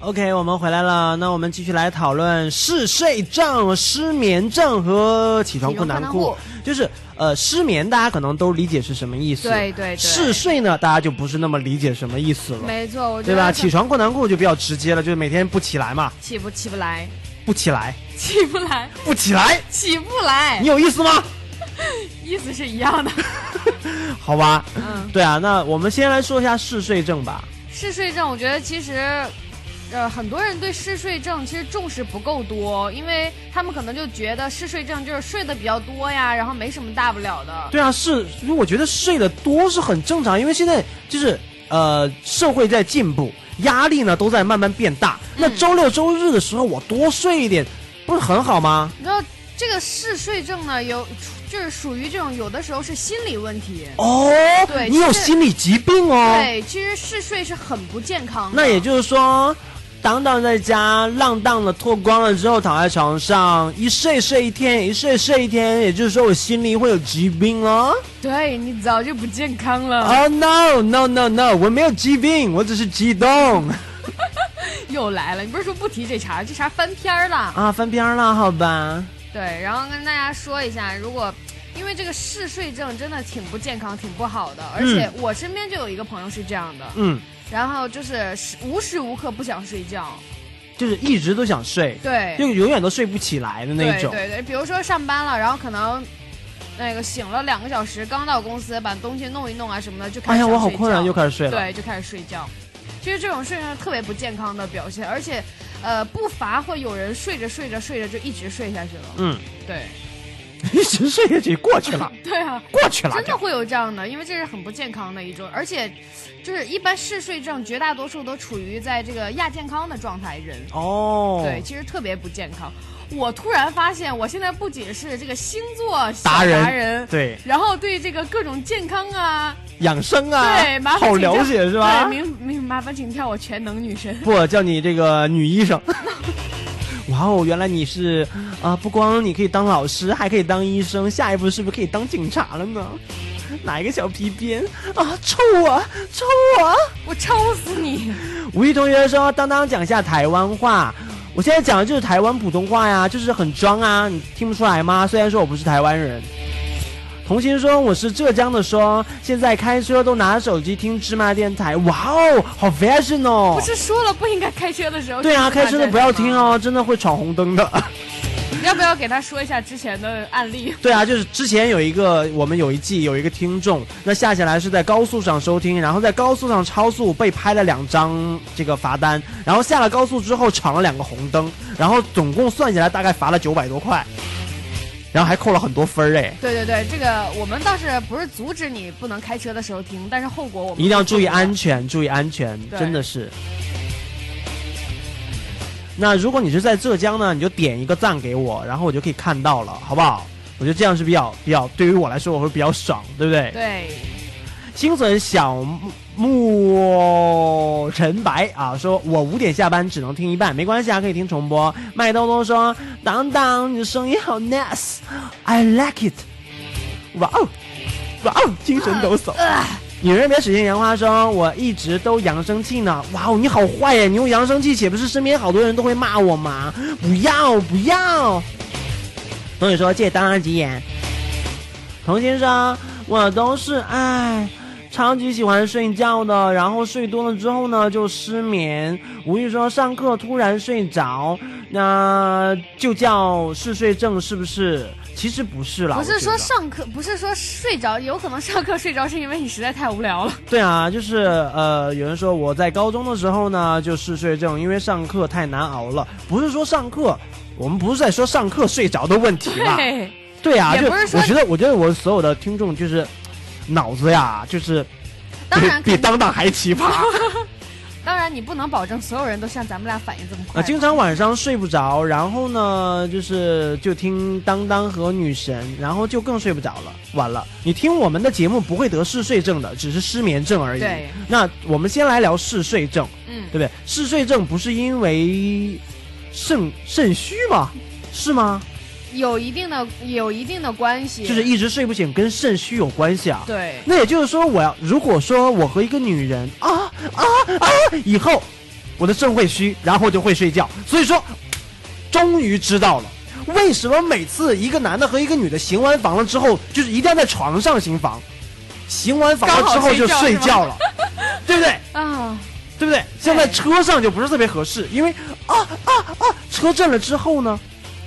Speaker 5: OK，我们回来了，那我们继续来讨论嗜睡症、失眠症和起床困难
Speaker 6: 起床困
Speaker 5: 户
Speaker 6: 难。
Speaker 5: 就是呃，失眠大家可能都理解是什么意思，
Speaker 6: 对对对
Speaker 5: 嗜睡呢，大家就不是那么理解什么意思了，
Speaker 6: 没错，我觉
Speaker 5: 对
Speaker 6: 得
Speaker 5: 吧？
Speaker 6: 他
Speaker 5: 起床困难户就比较直接了，就是每天不起来嘛，
Speaker 6: 起不起不来，
Speaker 5: 不起来，
Speaker 6: 起不来，
Speaker 5: 不起来，
Speaker 6: 起不来
Speaker 5: 你，有意思吗？
Speaker 6: 意思是一 样的。
Speaker 5: 好吧，
Speaker 6: 嗯
Speaker 5: 对啊，那我们先来说一下嗜睡症吧。
Speaker 6: 嗜睡症，我觉得其实，呃，很多人对嗜睡症其实重视不够多，因为他们可能就觉得嗜睡症就是睡得比较多呀，然后没什么大不了的。
Speaker 5: 对啊，是，因为我觉得睡得多是很正常，因为现在就是呃，社会在进步，压力呢都在慢慢变大。
Speaker 6: 嗯
Speaker 5: 那周六周日的时候，我多睡一点，不是很好吗？
Speaker 6: 你知道这个嗜睡症呢，有就是属于这种，有的时候是心理问题。
Speaker 5: 哦，
Speaker 6: 对
Speaker 5: 你有
Speaker 6: 其实
Speaker 5: 心理疾病哦。
Speaker 6: 对，其实嗜睡是很不健康的。
Speaker 5: 那也就是说，当当在家浪荡的脱光了之后，躺在床上一睡睡一天，一睡睡一天，也就是说我心里会有疾病哦。
Speaker 6: 对你早就不健康了。
Speaker 5: Oh no no no no，我没有疾病，我只是激动
Speaker 6: 又来了，你不是说不提这茬儿，这茬儿翻篇儿了。
Speaker 5: 啊，翻篇儿了，好吧。
Speaker 6: 对，然后跟大家说一下，如果因为这个嗜睡症真的挺不健康、挺不好的，而且我身边就有一个朋友是这样的，
Speaker 5: 嗯，
Speaker 6: 然后就是时无时无刻不想睡觉，
Speaker 5: 就是一直都想睡，
Speaker 6: 对
Speaker 5: 就永远都睡不起来的那一
Speaker 6: 对
Speaker 5: 种。
Speaker 6: 对对，比如说上班了，然后可能。那个醒了两个小时，刚到公司把东西弄一弄啊什么的，就开
Speaker 5: 哎
Speaker 6: 始
Speaker 5: 呀，
Speaker 6: 想
Speaker 5: 我好
Speaker 6: 睡
Speaker 5: 困啊，
Speaker 6: 觉
Speaker 5: 又开始睡了。
Speaker 6: 对，就开始睡觉。其实这种睡是特别不健康的表现，而且，呃，不乏会有人睡着睡着睡着就一直睡下去了。
Speaker 5: 嗯，
Speaker 6: 对，
Speaker 5: 一直睡下去过去了，
Speaker 6: 对啊，
Speaker 5: 过去了
Speaker 6: 真的
Speaker 5: 就。
Speaker 6: 会有这样的，因为这是很不健康的一种，而且，就是一般嗜睡症绝大多数都处于在这个亚健康的状态人。
Speaker 5: 哦，
Speaker 6: 对，，其实特别不健康。我突然发现，我现在不仅是这个星座小
Speaker 5: 达人
Speaker 6: 达人，
Speaker 5: 对
Speaker 6: 然后对这个各种健康啊，
Speaker 5: 养生啊，
Speaker 6: 对，麻烦
Speaker 5: 好
Speaker 6: 请教
Speaker 5: 了解是吧？
Speaker 6: 对，明明麻烦请跳我全能女神。
Speaker 5: 不叫你这个女医生。哇哦，原来你是啊、不光你可以当老师，还可以当医生，下一步是不是可以当警察了呢？哪一个小皮鞭啊，抽我，抽我！
Speaker 6: 我抽死你！
Speaker 5: 五一同学说：“当当讲一下台湾话。”我现在讲的就是台湾普通话呀，就是很装啊，你听不出来吗？虽然说我不是台湾人。童心说我是浙江的说，现在开车都拿手机听芝麻电台，哇哦，好 fashion 哦！
Speaker 6: 不是说了不应该开车的时候？
Speaker 5: 对啊，开车的不要听。哦，真的会闯红灯的。
Speaker 6: 要不要给他说一下之前的案例？
Speaker 5: 对啊，就是之前有一个我们有一季有一个听众，那下下来是在高速上收听，然后在高速上超速被拍了两张这个罚单，然后下了高速之后闯了两个红灯，然后总共算下来大概罚了九百多块，然后还扣了很多分儿哎。
Speaker 6: 对对对，这个我们倒是不是阻止你不能开车的时候听，但是后果我们
Speaker 5: 一定要注意安全，注意安全，
Speaker 6: 对
Speaker 5: 真的是。那如果你是在浙江呢，你就点一个赞给我，然后我就可以看到了，好不好？我觉得这样是比较比较，对于我来说我会比较爽，对不对？
Speaker 6: 对，
Speaker 5: 心存小木陈白啊，说我五点下班只能听一半，没关系啊，可以听重播。麦兜兜说，当当，你的声音好 nice，I like it。哇哦，哇哦，精神抖擞。女人别使劲杨花说，我一直都扬声器呢。哇哦，你好坏呀！你用扬声器，岂不是身边好多人都会骂我吗？不要不要。所以说借当然吉言。童先生，我都是唉，超级喜欢睡觉的，然后睡多了之后呢就失眠。吴玉说上课突然睡着，那就叫嗜睡症是不是？其实不是啦，
Speaker 6: 不
Speaker 5: 我
Speaker 6: 是
Speaker 5: 觉
Speaker 6: 说
Speaker 5: 得啊
Speaker 6: 上课，不是说睡着，有可能上课睡着是因为你实在太无聊了。
Speaker 5: 对啊，就是呃，有人说我在高中的时候呢，就嗜睡症，因为上课太难熬了。不是说上课，我们不是在说上课睡着的问题啦。
Speaker 6: 对，
Speaker 5: 对 啊，
Speaker 6: 也
Speaker 5: 就
Speaker 6: 不是说
Speaker 5: 我觉得，我觉得我所有的听众就是脑子呀，就是
Speaker 6: 当然
Speaker 5: 比比当当还奇葩
Speaker 6: 当然你不能保证所有人都像咱们俩反应这么快。
Speaker 5: 啊！经常晚上睡不着，然后呢，就是就听当当和女神，然后就更睡不着了。完了，你听我们的节目不会得嗜睡症的，只是失眠症而已
Speaker 6: 对。
Speaker 5: 那我们先来聊嗜睡症。
Speaker 6: 嗯
Speaker 5: 对不对？嗜睡症不是因为肾肾虚吗？是吗？
Speaker 6: 有一定的有一定的关系，
Speaker 5: 就是一直睡不醒，跟肾虚有关系啊。。
Speaker 6: 对。
Speaker 5: 那也就是说，我要如果说我和一个女人啊啊啊，以后我的肾会虚，然后就会睡觉。所以说，终于知道了为什么每次一个男的和一个女的行完房了之后，就是一定要在床上行房，行完房了之后就
Speaker 6: 刚好
Speaker 5: 睡
Speaker 6: 睡觉
Speaker 5: 觉了，对不对？
Speaker 6: 啊，
Speaker 5: 对不对？像在车上就不是特别合适，因为啊啊啊，车震了之后呢，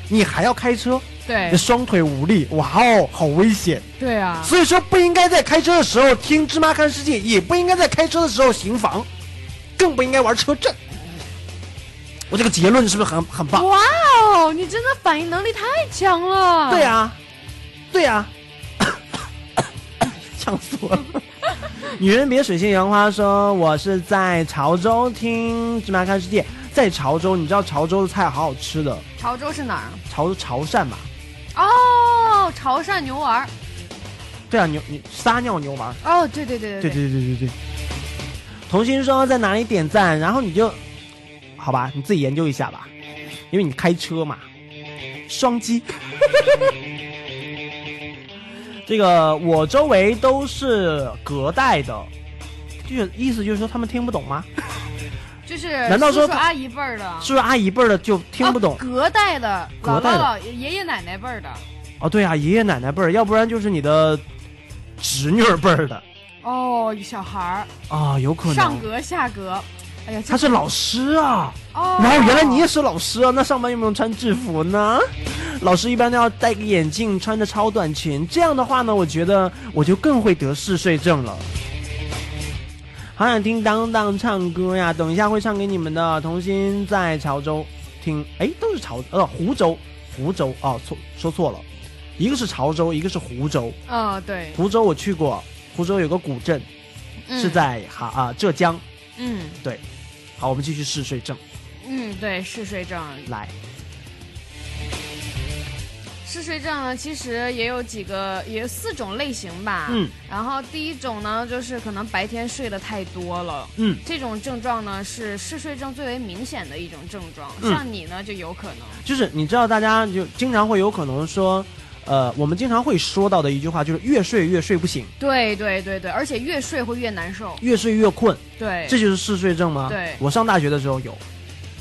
Speaker 5: 你还要开车，
Speaker 6: 对
Speaker 5: 你双腿无力，哇哦，好危险。
Speaker 6: 对啊，
Speaker 5: 所以说不应该在开车的时候听《芝麻看世界》，也不应该在开车的时候行房，更不应该玩车震。我这个结论是不是很很棒？
Speaker 6: 哇哦，你真的反应能力太强了。
Speaker 5: 对啊，对啊， 呛死我了。女人别水性杨花说，我是在潮州听《芝麻看世界》，在潮州，你知道潮州的菜好好吃的，
Speaker 6: 潮州是哪儿？
Speaker 5: 潮潮汕吧？
Speaker 6: 哦，潮汕牛丸儿。
Speaker 5: 对啊，牛你撒尿牛丸。
Speaker 6: 哦，对对对
Speaker 5: 对对对对对。童心说在哪里点赞，然后你就，好吧，你自己研究一下吧，因为你开车嘛，双击。 这个我周围都是隔代的，就是意思就是说他们听不懂吗？
Speaker 6: 就是
Speaker 5: 难道说
Speaker 6: 叔叔阿姨辈儿的
Speaker 5: 是不是阿姨辈儿的就听不懂？
Speaker 6: 啊隔代的
Speaker 5: 隔
Speaker 6: 姥
Speaker 5: 代
Speaker 6: 姥
Speaker 5: 的
Speaker 6: 姥爷爷爷奶奶辈儿的
Speaker 5: 哦，对啊，爷爷奶奶辈儿，要不然就是你的侄女儿辈儿的
Speaker 6: 哦，小孩
Speaker 5: 啊、有可
Speaker 6: 儿
Speaker 5: 能
Speaker 6: 上格下格，哎呀，这
Speaker 5: 他是老师啊。
Speaker 6: 哦，
Speaker 5: 然后原来你也是老师啊？那上班有没有穿制服呢？老师一般都要戴个眼镜，穿着超短裙。这样的话呢，我觉得我就更会得嗜睡症了。好想听当当唱歌呀，等一下会唱给你们的。童心在潮州听，哎，都是潮呃湖州，湖州哦，错说错了，一个是潮州，一个是湖州。
Speaker 6: 嗯对，
Speaker 5: 湖州我去过，湖州有个古镇，
Speaker 6: 嗯
Speaker 5: 是在哈啊浙江。
Speaker 6: 嗯
Speaker 5: 对，好，我们继续嗜睡症
Speaker 6: 嗯对嗜睡症，
Speaker 5: 来。
Speaker 6: 嗜睡症呢其实也有几个也有四种类型吧，
Speaker 5: 嗯，
Speaker 6: 然后第一种呢就是可能白天睡得太多了，
Speaker 5: 嗯
Speaker 6: 这种症状呢是嗜睡症最为明显的一种症状，
Speaker 5: 嗯
Speaker 6: 像你呢就有可能，
Speaker 5: 就是你知道，大家就经常会有可能说，呃，我们经常会说到的一句话就是越睡越睡不醒，
Speaker 6: 对对对对，而且越睡会越难受，
Speaker 5: 越睡越困，
Speaker 6: 对，
Speaker 5: 这就是嗜睡症吗？
Speaker 6: 对啊
Speaker 5: 我上大学的时候有，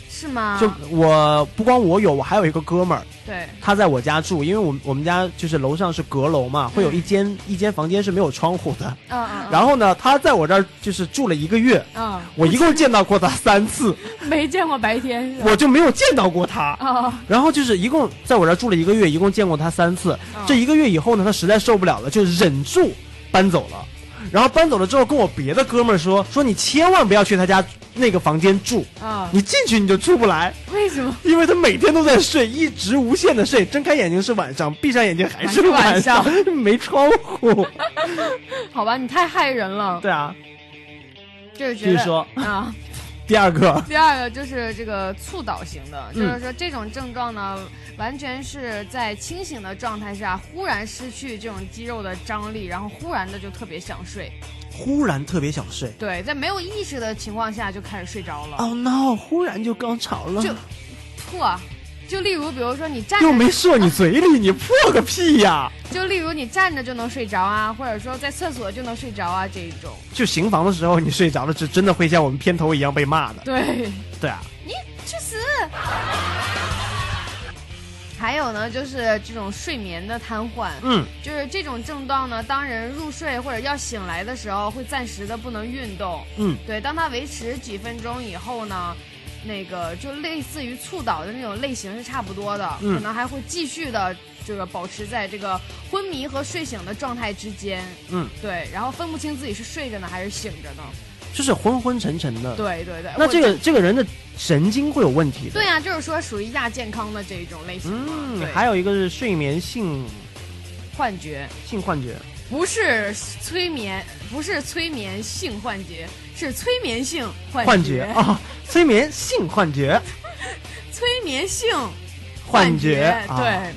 Speaker 6: 是吗？
Speaker 5: 就我不光我有，我还有一个哥们儿，
Speaker 6: 对，
Speaker 5: 他在我家住，因为我们我们家就是楼上是阁楼嘛，会有一间、一间房间是没有窗户的，
Speaker 6: 嗯嗯，
Speaker 5: 然后呢，他在我这儿就是住了一个月，
Speaker 6: 嗯，
Speaker 5: 我一共见到过他三次，
Speaker 6: 没见过白天是吧？
Speaker 5: 我就没有见到过他。
Speaker 6: 啊，
Speaker 5: 然后就是一共在我这儿住了一个月，一共见过他三次。这一个月以后呢，他实在受不了了，就忍住搬走了。然后搬走了之后，跟我别的哥们儿说，说你千万不要去他家那个房间住，
Speaker 6: 啊
Speaker 5: 你进去你就出不来，
Speaker 6: 为什么？
Speaker 5: 因为他每天都在睡，一直无限的睡，睁开眼睛是晚上，闭上眼睛还是晚上，
Speaker 6: 还
Speaker 5: 没窗户。
Speaker 6: 好吧，你太害人了。
Speaker 5: 对啊，
Speaker 6: 就是觉得
Speaker 5: 据说
Speaker 6: 啊，
Speaker 5: 第二个，
Speaker 6: 第二个就是这个促导型的，
Speaker 5: 嗯
Speaker 6: 就是说这种症状呢，完全是在清醒的状态下，忽然失去这种肌肉的张力，然后忽然的就特别想睡。
Speaker 12: 忽然特别想睡。
Speaker 6: 对，在没有意识的情况下就开始睡着了。
Speaker 5: 哦
Speaker 12: Oh no！忽然就高潮了，
Speaker 6: 破，啊就例如比如说你站着
Speaker 12: 又没射你嘴里，你破个屁呀！
Speaker 6: 就例如你站着就能睡着啊，或者说在厕所就能睡着啊这一种。
Speaker 5: 就行房的时候你睡着了，是真的会像我们片头一样被骂的。
Speaker 6: 对，
Speaker 5: 对啊，
Speaker 6: 你去死！还有呢，就是这种睡眠的瘫痪，
Speaker 5: 嗯
Speaker 6: 就是这种症状呢，当人入睡或者要醒来的时候，会暂时的不能运动，
Speaker 5: 嗯
Speaker 6: 对，当它维持几分钟以后呢，那个就类似于促导的那种类型是差不多的，
Speaker 5: 嗯
Speaker 6: 可能还会继续的这个保持在这个昏迷和睡醒的状态之间，
Speaker 5: 嗯，
Speaker 6: 对，然后分不清自己是睡着呢还是醒着呢，
Speaker 5: 就是昏昏沉沉的。
Speaker 6: 对对对或
Speaker 5: 那
Speaker 6: 者
Speaker 5: 这个这个人的神经会有问题的。
Speaker 6: 对呀、就是说属于亚健康的这一种类型嘛，
Speaker 5: 嗯
Speaker 6: 对，
Speaker 5: 还有一个是睡眠性
Speaker 6: 幻觉，
Speaker 5: 性幻觉。
Speaker 6: 不是催眠，不是催眠性幻觉，是催眠性幻
Speaker 5: 幻觉啊，催眠性幻觉，
Speaker 6: 催眠性
Speaker 5: 幻
Speaker 6: 觉，
Speaker 5: 觉啊
Speaker 6: 对、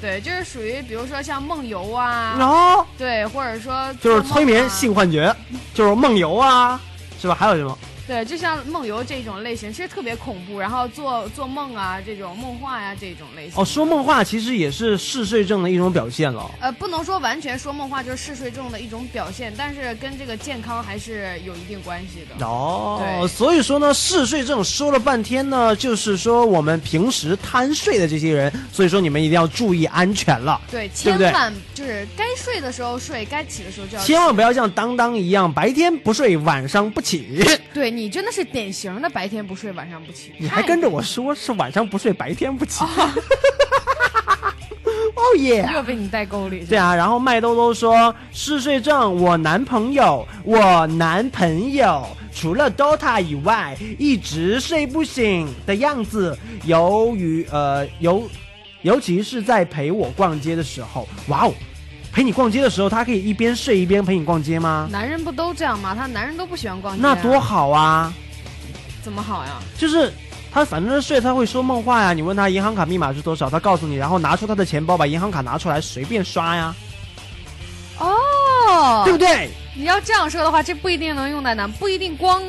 Speaker 6: 对，就是属于比如说像梦游啊，
Speaker 5: 哦
Speaker 6: 对，或者说做
Speaker 5: 就是
Speaker 6: 梦啊
Speaker 5: 催眠性幻觉，就是梦游啊，是吧？还有什么？
Speaker 6: 对，就像梦游这种类型，其实特别恐怖，然后做做梦啊，这种梦话呀、这种类型。
Speaker 5: 哦，说梦话其实也是嗜睡症的一种表现了。
Speaker 6: 呃，不能说完全说梦话就是嗜睡症的一种表现，但是跟这个健康还是有一定关系的。
Speaker 5: 哦，所以说呢，嗜睡症说了半天呢，就是说我们平时贪睡的这些人，所以说你们一定要注意安全了，
Speaker 6: 对，
Speaker 5: 对
Speaker 6: 千
Speaker 5: 不对？
Speaker 6: 万就是该睡的时候睡，该起的时候就要起。
Speaker 5: 千万不要像当当一样，白天不睡，晚上 不起。
Speaker 6: 对你真的是典型的白天不睡，晚上不起。
Speaker 5: 你还跟着我说是晚上不睡，白天不起。 哦耶！
Speaker 6: 又被你带沟里。
Speaker 5: 对啊，然后麦兜兜说嗜睡症，我男朋友，我男朋友除了 DOTA 以外，一直睡不醒的样子。由于呃尤，尤其是在陪我逛街的时候，哇哦，陪你逛街的时候，他可以一边睡一边陪你逛街吗？
Speaker 6: 男人不都这样吗？他男人都不喜欢逛街、
Speaker 5: 那多，好啊！
Speaker 6: 怎么好呀？
Speaker 5: 就是他反正睡，他会说梦话呀。你问他银行卡密码是多少，他告诉你，然后拿出他的钱包，把银行卡拿出来随便刷呀，
Speaker 6: 哦，
Speaker 5: 对不？对？
Speaker 6: 你要这样说的话，这不一定能用在男，不一定光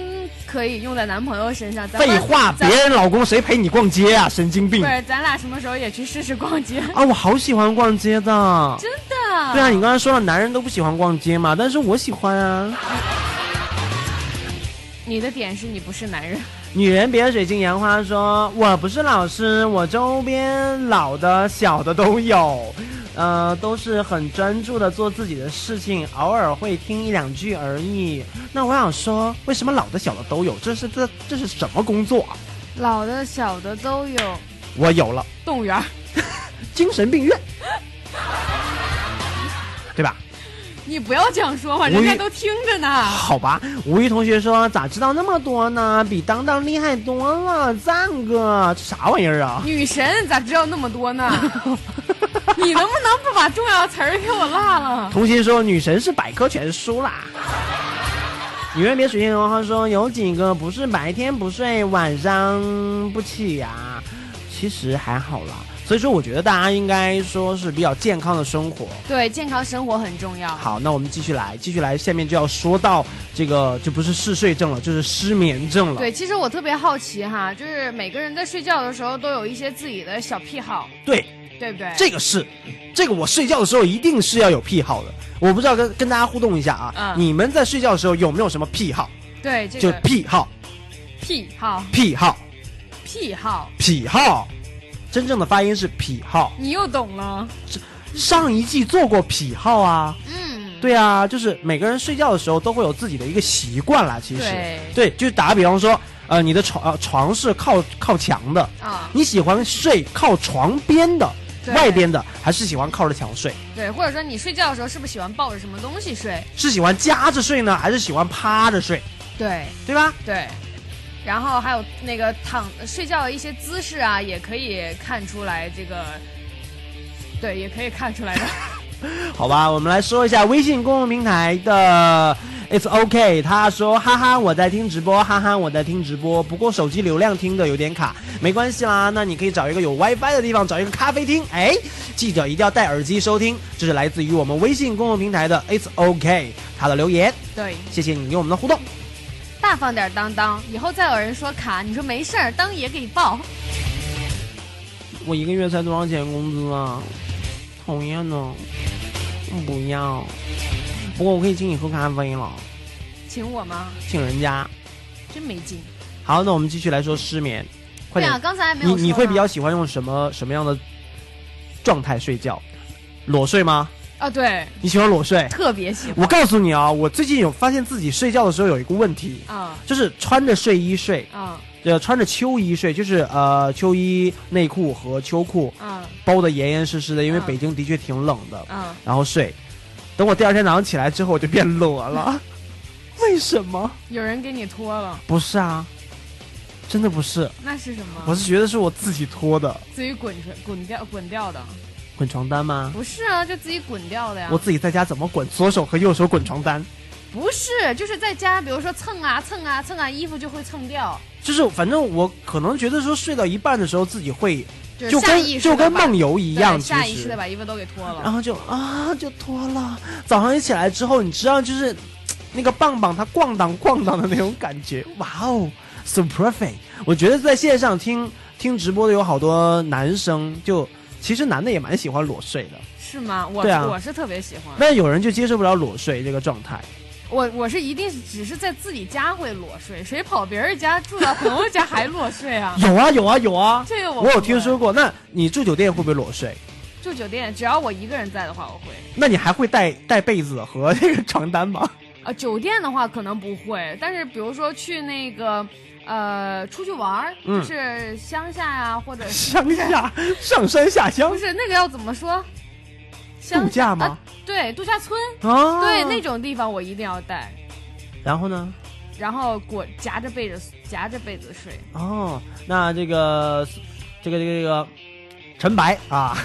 Speaker 6: 可以用在男朋友身上。咱们
Speaker 5: 废话，别
Speaker 6: 咱
Speaker 5: 人老公谁陪你逛街啊？神经病！
Speaker 6: 不是，
Speaker 5: 啊，
Speaker 6: 咱俩什么时候也去试试逛街？
Speaker 5: 我好喜欢逛街的。
Speaker 6: 真的。
Speaker 5: 对啊，你刚才说了男人都不喜欢逛街嘛，但是我喜欢啊。
Speaker 6: 你的点是你不是男人。
Speaker 5: 女人别水性杨花说，我不是老师，我周边老的小的都有，呃，都是很专注的做自己的事情，偶尔会听一两句而已。那我想说，为什么老的小的都有？这是这这是什么工作啊？
Speaker 6: 老的小的都有，
Speaker 5: 我有了
Speaker 6: 动物园儿，
Speaker 5: 精神 病院，对吧？
Speaker 6: 你不要这样说嘛，人
Speaker 5: 我
Speaker 6: 家
Speaker 5: 也
Speaker 6: 都听着呢。
Speaker 5: 好吧，吴一同学说咋知道那么多呢？比当当厉害多了，赞哥，这啥玩意儿啊？
Speaker 6: 女神咋知道那么多 呢？你能不能不把重要词儿给我落了？
Speaker 5: 童心说女神是百科全书啦。女人别水性杨花说有几个不是白天不睡，晚上不起呀、其实还好啦。所以说，我觉得大家应该说是比较健康的生活。
Speaker 6: 对，健康生活很重要。
Speaker 5: 好，那我们继续来，继续来，下面就要说到这个，就不是嗜睡症了，就是失眠症了。
Speaker 6: 对，其实我特别好奇哈，就是每个人在睡觉的时候都有一些自己的小癖好，
Speaker 5: 对，
Speaker 6: 对不对？
Speaker 5: 这个是，这个我睡觉的时候一定是要有癖好的。我不知道跟跟大家互动一下啊，
Speaker 6: 嗯
Speaker 5: 你们在睡觉的时候有没有什么癖好？
Speaker 6: 对这个
Speaker 5: 就癖好，
Speaker 6: 癖好
Speaker 5: 癖好，
Speaker 6: 癖好，
Speaker 5: 癖好，真正的发音是癖好。
Speaker 6: 你又懂了。
Speaker 5: 上一季做过癖好啊，
Speaker 6: 嗯，
Speaker 5: 对啊，就是每个人睡觉的时候都会有自己的一个习惯啦。其实，
Speaker 6: 对
Speaker 5: 对，就打个比方说，呃，你的床、呃、床是靠靠墙的，
Speaker 6: 啊
Speaker 5: 你喜欢睡靠床边的、
Speaker 6: 对
Speaker 5: 外边的，还是喜欢靠着墙睡？
Speaker 6: 对，或者说你睡觉的时候是不是喜欢抱着什么东西睡？
Speaker 5: 是喜欢夹着睡呢，还是喜欢趴着睡？
Speaker 6: 对，
Speaker 5: 对吧？
Speaker 6: 对。然后还有那个躺睡觉的一些姿势啊，也可以看出来这个，对，也可以看出来的。
Speaker 5: 好吧，我们来说一下微信公众平台的 It's OK。他说哈哈，我在听直播，哈哈，我在听直播。不过手机流量听的有点卡，没关系啦。那你可以找一个有 WiFi 的地方，找一个咖啡厅。哎，记得一定要戴耳机收听。这是来自于我们微信公众平台的 It's OK 他的留言。
Speaker 6: 对，
Speaker 5: 谢谢你给我们的互动。
Speaker 6: 大方点儿当当，以后再有人说卡，你说没事儿，当爷给你报。
Speaker 5: 我一个月才多少钱工资啊？讨厌啊呢，不要。不过我可以请你喝咖啡了，
Speaker 6: 请我吗？
Speaker 5: 请人家。
Speaker 6: 真没劲。
Speaker 5: 好，那我们继续来说失眠，快
Speaker 6: 对
Speaker 5: 点。
Speaker 6: 啊，刚才还没有
Speaker 5: 你
Speaker 6: 说
Speaker 5: 你会
Speaker 6: 呢
Speaker 5: 比较喜欢用什么什么样的状态睡觉？裸睡吗？
Speaker 6: 啊，对，
Speaker 5: 你喜欢裸睡？
Speaker 6: 特别喜欢
Speaker 5: 我告诉你啊，我最近有发现自己睡觉的时候有一个问题，
Speaker 6: 啊
Speaker 5: 就是穿着睡衣睡，
Speaker 6: 啊
Speaker 5: 呃，穿着秋衣睡，就是呃秋衣、内裤和秋裤，
Speaker 6: 啊
Speaker 5: 包的严严实实的，因为
Speaker 6: 嗯
Speaker 5: 北京的确挺冷的，
Speaker 6: 啊！
Speaker 5: 然后睡。等我第二天早上起来之后，我就变裸 了。为什么？
Speaker 6: 有人给你脱了，
Speaker 5: 不是啊，真的不是，
Speaker 6: 那是什么？
Speaker 5: 我是觉得是我自己脱的，
Speaker 6: 自己滚出滚掉滚掉的，
Speaker 5: 滚床单吗？
Speaker 6: 不是啊，就自己滚掉的呀。
Speaker 5: 我自己在家怎么滚？左手和右手滚床单，
Speaker 6: 不是，就是在家，比如说蹭啊蹭啊蹭啊，衣服就会蹭掉，
Speaker 5: 就是反正我可能觉得说睡到一半的时候自己会，
Speaker 6: 就是
Speaker 5: 就
Speaker 6: 下意识
Speaker 5: 跟就
Speaker 6: 地
Speaker 5: 跟
Speaker 6: 把
Speaker 5: 梦游一
Speaker 6: 对
Speaker 5: 样，其
Speaker 6: 下意识
Speaker 5: 实
Speaker 6: 的。把衣服都给脱了。
Speaker 5: 然后就啊就脱了，早上一起来之后，你知道就是嘖那个棒棒它咣当咣当的那种感觉，哇哦，so perfect！我觉得在线上听听直播的有好多男生，就其实男的也蛮喜欢裸睡的，
Speaker 6: 是吗？我
Speaker 5: 对啊
Speaker 6: 我是特别喜欢，
Speaker 5: 那有人就接受不了裸睡这个状态。？
Speaker 6: 我我是一定只是在自己家会裸睡，谁跑别人家住到朋友家还裸睡啊
Speaker 5: 有啊有啊有啊，
Speaker 6: 这个我
Speaker 5: 我
Speaker 6: 不
Speaker 5: 有
Speaker 6: 会
Speaker 5: 听说过。那你住酒店会不会裸睡？
Speaker 6: 住酒店，只要我一个人在的话，我会。
Speaker 5: 那你还会带带被子和这个床单吗？
Speaker 6: 啊、酒店的话可能不会，但是比如说去那个，呃，出去玩儿，
Speaker 5: 嗯
Speaker 6: 就是乡下呀、或者是
Speaker 5: 乡下上山下乡
Speaker 6: 不是那个要怎么说？乡
Speaker 5: 度假
Speaker 6: 啊
Speaker 5: 吗？
Speaker 6: 对，度假村，
Speaker 5: 啊
Speaker 6: 对那种地方我一定要带，
Speaker 5: 然后呢？
Speaker 6: 然后裹夹着被子夹着被子睡。
Speaker 5: 哦，那这个这个这个这个陈白啊，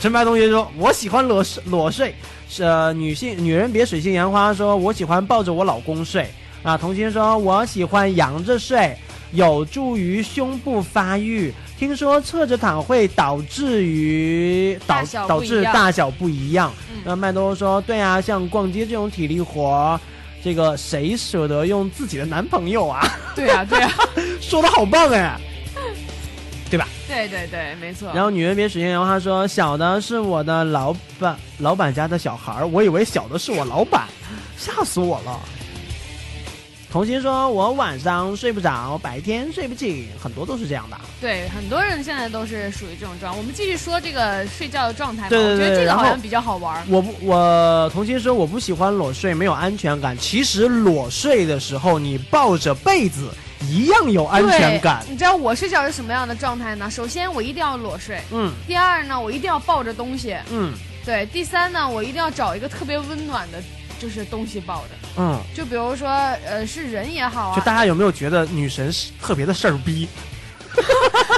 Speaker 5: 陈白同学说，我喜欢裸睡裸睡，是、呃、女性女人别水性杨花说，我喜欢抱着我老公睡啊。童心说，我喜欢仰着睡，有助于胸部发育。听说侧着躺会导致于导
Speaker 12: 大小
Speaker 5: 导
Speaker 12: 不一
Speaker 5: 致
Speaker 12: 样嗯
Speaker 5: 大小不一样。那麦兜说，对啊，像逛街这种体力活儿，这个谁舍得用自己的男朋友啊？
Speaker 6: 对啊， 对啊，
Speaker 5: 说的好棒哎，对吧？
Speaker 6: 对对对，没错。
Speaker 5: 然后女人别使劲，然后他说小的是我的老板老板家的小孩儿，我以为小的是我老板，吓死我了。童心说，我晚上睡不着，白天睡不醒，很多都是这样的。
Speaker 6: 对，很多人现在都是属于这种状态。我们继续说这个睡觉的状态吧，
Speaker 5: 对对
Speaker 6: 我觉
Speaker 5: 对
Speaker 6: 得这个
Speaker 5: 然
Speaker 6: 好
Speaker 5: 后
Speaker 6: 像比较好玩儿。
Speaker 5: 我不，我童心说我不喜欢裸睡，没有安全感。其实裸睡的时候，你抱着被子一样有安全感
Speaker 6: 对。你知道我睡觉是什么样的状态呢？首先我一定要裸睡，
Speaker 5: 嗯
Speaker 6: 第二呢，我一定要抱着东西，
Speaker 5: 嗯
Speaker 6: 对。第三呢，我一定要找一个特别温暖的，就是东西抱着。
Speaker 5: 嗯，
Speaker 6: 就比如说，呃，是人也好
Speaker 5: 就
Speaker 6: 啊，
Speaker 5: 大家有没有觉得女神是特别的事儿逼？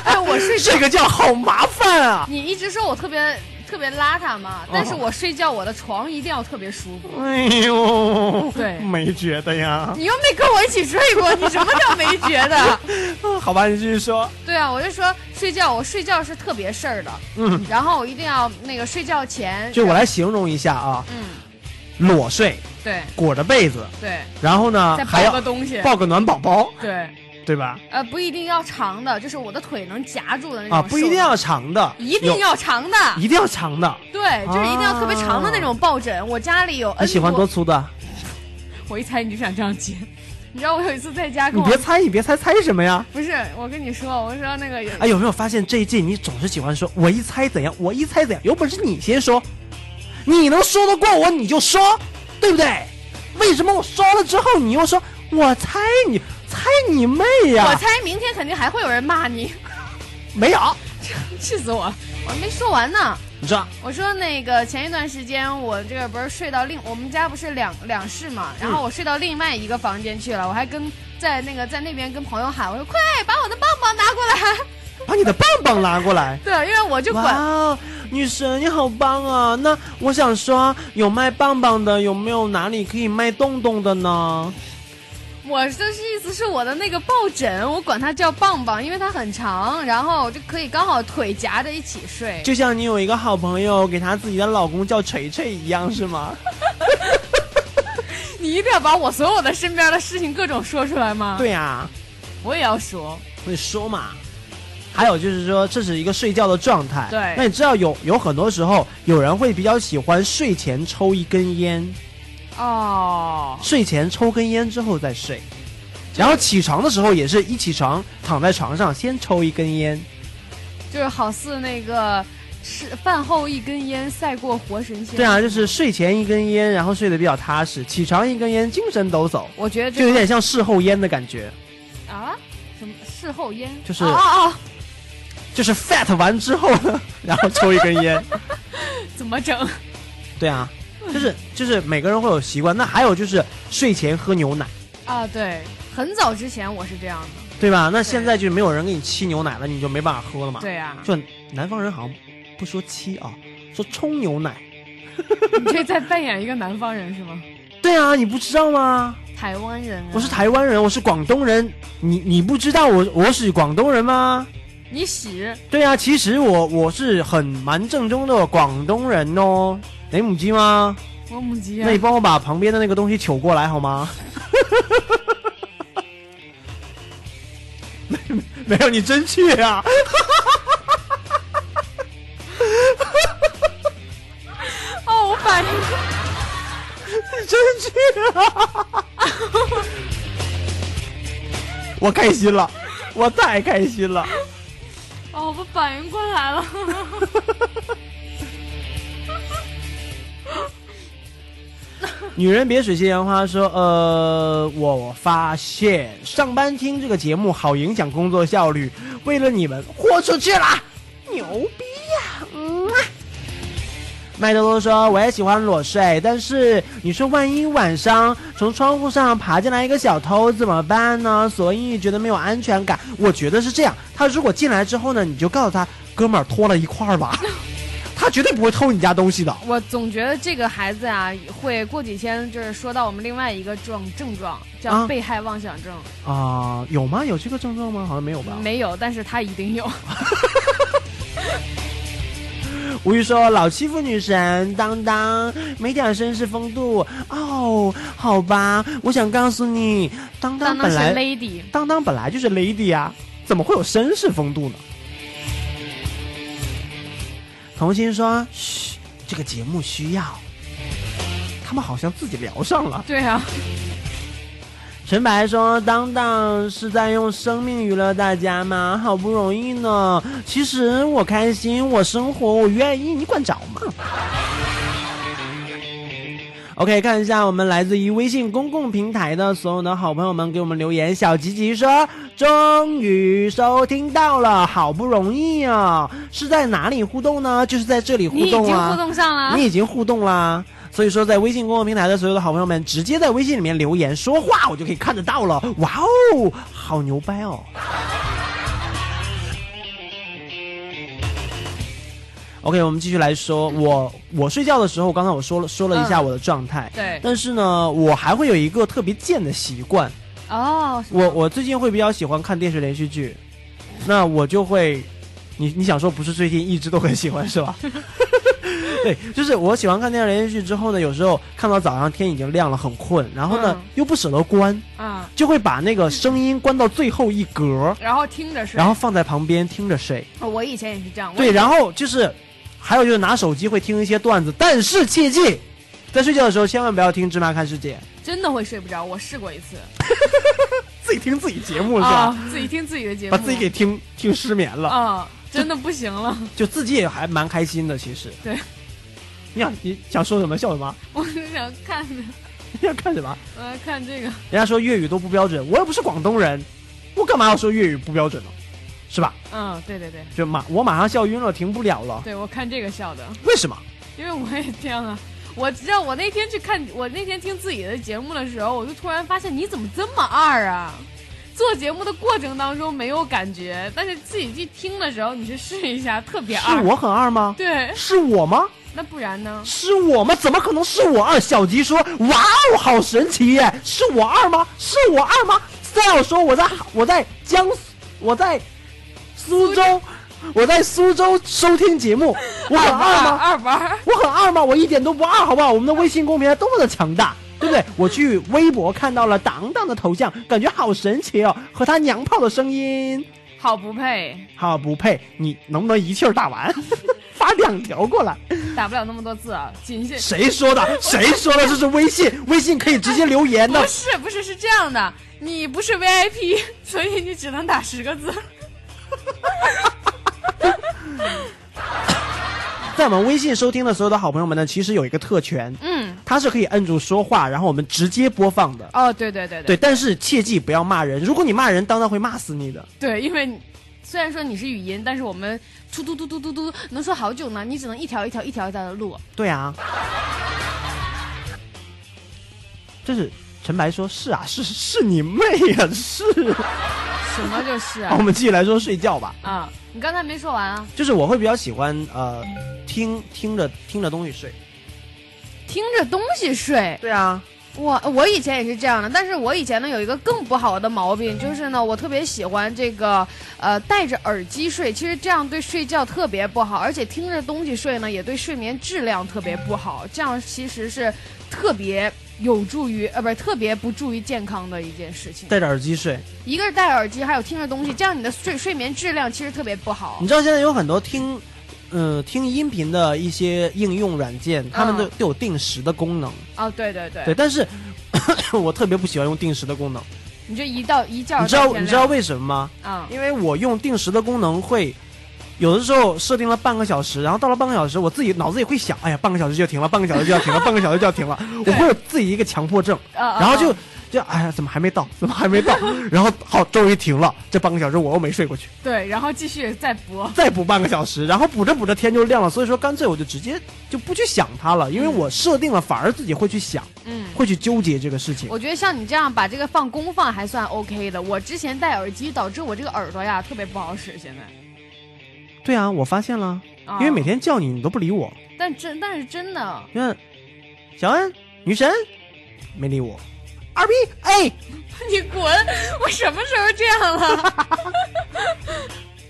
Speaker 6: 哎，我睡 觉
Speaker 5: 这个觉好麻烦啊！
Speaker 6: 你一直说我特别特别邋遢嘛，但是
Speaker 5: 哦
Speaker 6: 我睡觉我的床一定要特别舒服。
Speaker 5: 哎呦，
Speaker 6: 对
Speaker 5: 没觉得呀。
Speaker 6: 你又没跟我一起睡过，你什么叫没觉得？嗯
Speaker 5: 啊好吧，你继续说。
Speaker 6: 对啊，我就说睡觉，我睡觉是特别事儿的，
Speaker 5: 嗯
Speaker 6: 然后我一定要那个睡觉前，
Speaker 5: 就我来，形容一下啊，
Speaker 6: 嗯，
Speaker 5: 裸睡，
Speaker 6: 对
Speaker 5: 裹着被子，
Speaker 6: 对，
Speaker 5: 然后呢
Speaker 6: 再
Speaker 5: 啊还
Speaker 6: 抱
Speaker 5: 要
Speaker 6: 个东西，
Speaker 5: 抱个暖宝宝，
Speaker 6: 对，
Speaker 5: 对吧？
Speaker 6: 呃，不一定要长的，就是我的腿能夹住的那种，
Speaker 5: 啊，不一定，要长的，
Speaker 6: 一定要哎长的，
Speaker 5: 有，一定要长的。
Speaker 6: 对，就是一定要特别长的那种抱枕。我家里有 N
Speaker 5: 你喜欢多粗的？
Speaker 6: 我一猜你就想这样接，你知道我有一次在家跟
Speaker 5: 你
Speaker 6: 我
Speaker 5: 别猜，你别猜，猜什么呀？
Speaker 6: 不是，我跟你说，我说那个有
Speaker 5: 哎，有没有发现这一季你总是喜欢说“我一猜怎样，我一猜怎样”？有本事你先说，你能说得过我你就说，对不对？为什么我说了之后你又说“我猜你猜你妹呀”？
Speaker 6: 我猜明天肯定还会有人骂你，
Speaker 5: 没有，
Speaker 6: 气死我了！我还没说完呢。
Speaker 5: 你知道？
Speaker 6: 我说那个前一段时间我这个不是睡到另我们家不是两两室嘛，然后我睡到另外一个房间去了，我还跟在那个在那边跟朋友喊，我说快把我的棒棒拿过来。
Speaker 5: 把你的棒棒拉过来。
Speaker 6: 对，因为我就管
Speaker 5: 哇哦，女神你好棒啊！那我想说，有卖棒棒的，有没有哪里可以卖洞洞的呢？
Speaker 6: 我这是意思是我的那个抱枕，我管它叫棒棒，因为它很长，然后就可以刚好腿夹着一起睡。
Speaker 5: 就像你有一个好朋友给她自己的老公叫锤锤一样，是吗？
Speaker 6: 你一定要把我所有的身边的事情各种说出来吗？
Speaker 5: 对
Speaker 6: 呀、
Speaker 5: 呀、
Speaker 6: 我也要说。
Speaker 5: 你说嘛。还有就是说，这是一个睡觉的状态。
Speaker 6: 对
Speaker 5: 那你知道有有很多时候，有人会比较喜欢睡前抽一根烟，
Speaker 6: 哦，
Speaker 5: 睡前抽根烟之后再睡，然后起床的时候也是一起床躺在床上先抽一根烟。
Speaker 6: 就是好似那个吃饭后一根烟赛过活神仙。
Speaker 5: 对啊，就是睡前一根烟，然后睡得比较踏实；起床一根烟，精神抖擞。
Speaker 6: 我觉得这
Speaker 5: 就有点像事后烟的感觉，
Speaker 6: 啊，什么事后烟？
Speaker 5: 就是
Speaker 6: 哦哦哦，
Speaker 5: 就是 fat 完之后呢，然后抽一根烟。
Speaker 6: 怎么整？
Speaker 5: 对啊，就是就是每个人会有习惯。那还有就是睡前喝牛奶，
Speaker 6: 啊，对，很早之前我是这样的。
Speaker 5: 对吧？那现在就没有人给你沏牛奶了，你就没办法喝了嘛。
Speaker 6: 对呀
Speaker 5: 就南方人好像不说沏啊，说冲牛奶。
Speaker 6: 你这在扮演一个南方人是吗？
Speaker 5: 对啊，你不知道吗？
Speaker 6: 台湾人、啊。
Speaker 5: 我是台湾人，我是广东人，你你不知道我我是广东人吗？
Speaker 6: 你喜
Speaker 5: 对啊，其实我我是很蛮正宗的广东人哦。哎，母鸡吗？
Speaker 6: 我母鸡啊
Speaker 5: 那你？帮我把旁边的那个东西取过来好吗？ 没没有，你真去啊！
Speaker 6: 哦，我反应。
Speaker 5: 你真去啊！ 我开心了，我太开心了。
Speaker 6: 哦，我反应过来 了。
Speaker 5: 女人别水性杨花说，呃，我发现上班听这个节目好影响工作效率，为了你们豁出去了，牛逼呀、嗯啊麦多多说：“我也喜欢裸睡，但是你说万一晚上从窗户上爬进来一个小偷怎么办呢？所以觉得没有安全感。我觉得是这样，他如果进来之后呢，你就告诉他，哥们儿脱了一块儿吧，他绝对不会偷你家东西的。
Speaker 6: 我总觉得这个孩子啊，会过几天就是说到我们另外一个症症状，叫
Speaker 5: 啊
Speaker 6: 被害妄想症。
Speaker 5: 啊、有吗？有这个症状吗？好像没有吧。
Speaker 6: 没有，但是他一定有。
Speaker 5: 吴玉说：“老欺负女神当当，没点绅士风度哦。好吧，我想告诉你，当
Speaker 6: 当当
Speaker 5: 本
Speaker 6: 是
Speaker 5: 来
Speaker 6: lady，
Speaker 5: 当当本来就是 lady 啊，怎么会有绅士风度呢？”童心说：“嘘，这个节目需要。”他们好像自己聊上了。
Speaker 6: 对啊，
Speaker 5: 陈白说：“当当是在用生命娱乐大家吗？好不容易呢。其实我开心，我生活，我愿意，你管着吗？”OK，看一下我们来自于微信公共平台的所有的好朋友们给我们留言。小吉吉说：“终于收听到了，好不容易啊！是在哪里互动呢？就是在这里互
Speaker 6: 你已经
Speaker 5: 动啊！
Speaker 6: 互动上了。
Speaker 5: 你已经互动啦。所以说，在微信公众平台的所有的好朋友们，直接在微信里面留言说话，我就可以看得到了。哇哦，好牛掰哦！OK，我们继续来说，我我睡觉的时候，刚才我说了说了一下
Speaker 6: 嗯
Speaker 5: 我的状态，
Speaker 6: 对
Speaker 5: 但是呢，我还会有一个特别贱的习惯，
Speaker 6: 哦，是吗
Speaker 5: 我我最近会比较喜欢看电视连续剧，那我就会，你你想说不是最近一直都很喜欢 是吧？对，就是我喜欢看电视连续剧之后呢，有时候看到早上天已经亮了，很困，然后呢、
Speaker 6: 嗯
Speaker 5: 又不舍得关，
Speaker 6: 啊，
Speaker 5: 就会把那个声音关到最后一格，
Speaker 6: 然后听着睡。
Speaker 5: 然后放在旁边听着睡。
Speaker 6: 哦我以前也是这样。我
Speaker 5: 对，
Speaker 6: 以前
Speaker 5: 然后就是还有就是拿手机会听一些段子，但是切记，在睡觉的时候千万不要听《芝麻看世界》，
Speaker 6: 真的会睡不着，我试过一次。
Speaker 5: 自己听自己节目是吧？
Speaker 6: 啊，自己听自己的节目，
Speaker 5: 把自己给听听失眠了。
Speaker 6: 啊，真的不行了。
Speaker 5: 就自己也还蛮开心的。其实，
Speaker 6: 对，
Speaker 5: 你想你想说什么笑什么，
Speaker 6: 我是想看着，
Speaker 5: 你想看什么？
Speaker 6: 我要看这个。
Speaker 5: 人家说粤语都不标准，我又不是广东人，我干嘛要说粤语不标准呢？是吧？
Speaker 6: 嗯，对对对，
Speaker 5: 就马我马上笑晕了，停不了了。
Speaker 6: 对我看这个笑的。
Speaker 5: 为什么？
Speaker 6: 因为我也这样啊。我知道，我那天去看，我那天听自己的节目的时候，我就突然发现你怎么这么二啊？做节目的过程当中没有感觉，但是自己去听的时候，你去试一下，特别二。
Speaker 5: 是我很二吗？
Speaker 6: 对，
Speaker 5: 是我吗？
Speaker 6: 那不然呢？
Speaker 5: 是我吗？怎么可能是我二？小吉说：“哇哦，好神奇耶！是我二吗？是我二吗？”赛尔说：“我在我在江苏，我在苏州，我在苏州收听节目，我很二吗？
Speaker 6: 二不二？
Speaker 5: 我很二吗？我一点都不二，好不好？我们的微信公平台多么的强大，对不对？我去微博看到了党党的头像，感觉好神奇哦，和他娘炮的声音
Speaker 6: 好不配，
Speaker 5: 好不配。你能不能一气儿打完？ 发两条过来。”
Speaker 6: 打不了那么多字啊，仅限。
Speaker 5: 谁说的？谁说的？这是微信，微信可以直接留言的
Speaker 6: 不。是不是是这样的，你不是 VIP，所 以你只能打十个字。
Speaker 5: 在我们微信收听的所有的好朋友们呢，其实有一个特权，
Speaker 6: 嗯，
Speaker 5: 它是可以摁住说话，然后我们直接播放的。
Speaker 6: 哦，对对对
Speaker 5: 对，但是切记不要骂人。如果你骂人，当当会骂死你的。
Speaker 6: 对，因为你虽然说你是语音，但是我们突突突突突突能说好久呢，你只能一条一条一条一条的录。
Speaker 5: 对啊，这是陈白说：“是啊，是是你妹呀、是。
Speaker 6: 什么就是啊
Speaker 5: 好，我们继续来说睡觉吧。
Speaker 6: 啊？你刚才没说完啊？
Speaker 5: 就是我会比较喜欢呃，听听着听着东西睡。
Speaker 6: 听着东西睡。
Speaker 5: 对啊。
Speaker 6: 我我以前也是这样的，但是我以前呢有一个更不好的毛病，就是呢我特别喜欢这个呃戴着耳机睡，其实这样对睡觉特别不好，而且听着东西睡呢也对睡眠质量特别不好，这样其实是特别有助于呃不是特别不助于健康的一件事情。
Speaker 5: 戴着耳机睡。
Speaker 6: 一个是戴耳机，还有听着东西，这样你的睡睡眠质量其实特别不好。
Speaker 5: 你知道现在有很多听，嗯、听音频的一些应用软件，他们都、
Speaker 6: 嗯
Speaker 5: 都有定时的功能。
Speaker 6: 哦，对对对，
Speaker 5: 对，但是 我特别不喜欢用定时的功能。
Speaker 6: 你这一到一觉到
Speaker 5: 你知道
Speaker 6: 天
Speaker 5: 你知道
Speaker 6: 亮
Speaker 5: 为什么吗？
Speaker 6: 啊？
Speaker 5: 因为我用定时的功能会，有的时候设定了半个小时，然后到了半个小时，我自己脑子里会想，哎呀，半个小时就要停了，半个小时就要停了，半个小时就 要停了，我会有自己一个强迫症，
Speaker 6: 啊啊
Speaker 5: 然后就就哎呀，怎么还没到？怎么还没到？然后好，终于停了，这半个小时我又没睡过去。
Speaker 6: 对，然后继续再播。
Speaker 5: 再补半个小时，然后补着补着天就亮了，所以说干脆我就直接就不去想它了，因为我设定了，反而自己会去想，
Speaker 6: 嗯，
Speaker 5: 会去纠结这个事情。
Speaker 6: 我觉得像你这样把这个放公放还算 OK 的。我之前戴耳机，导致我这个耳朵呀特别不好使。现在，
Speaker 5: 对啊，我发现了，
Speaker 6: 啊
Speaker 5: 因为每天叫你你都不理我，
Speaker 6: 但真但是真的，
Speaker 5: 你看，小恩女神没理我，二逼哎，
Speaker 6: 你滚！我什么时候这样了？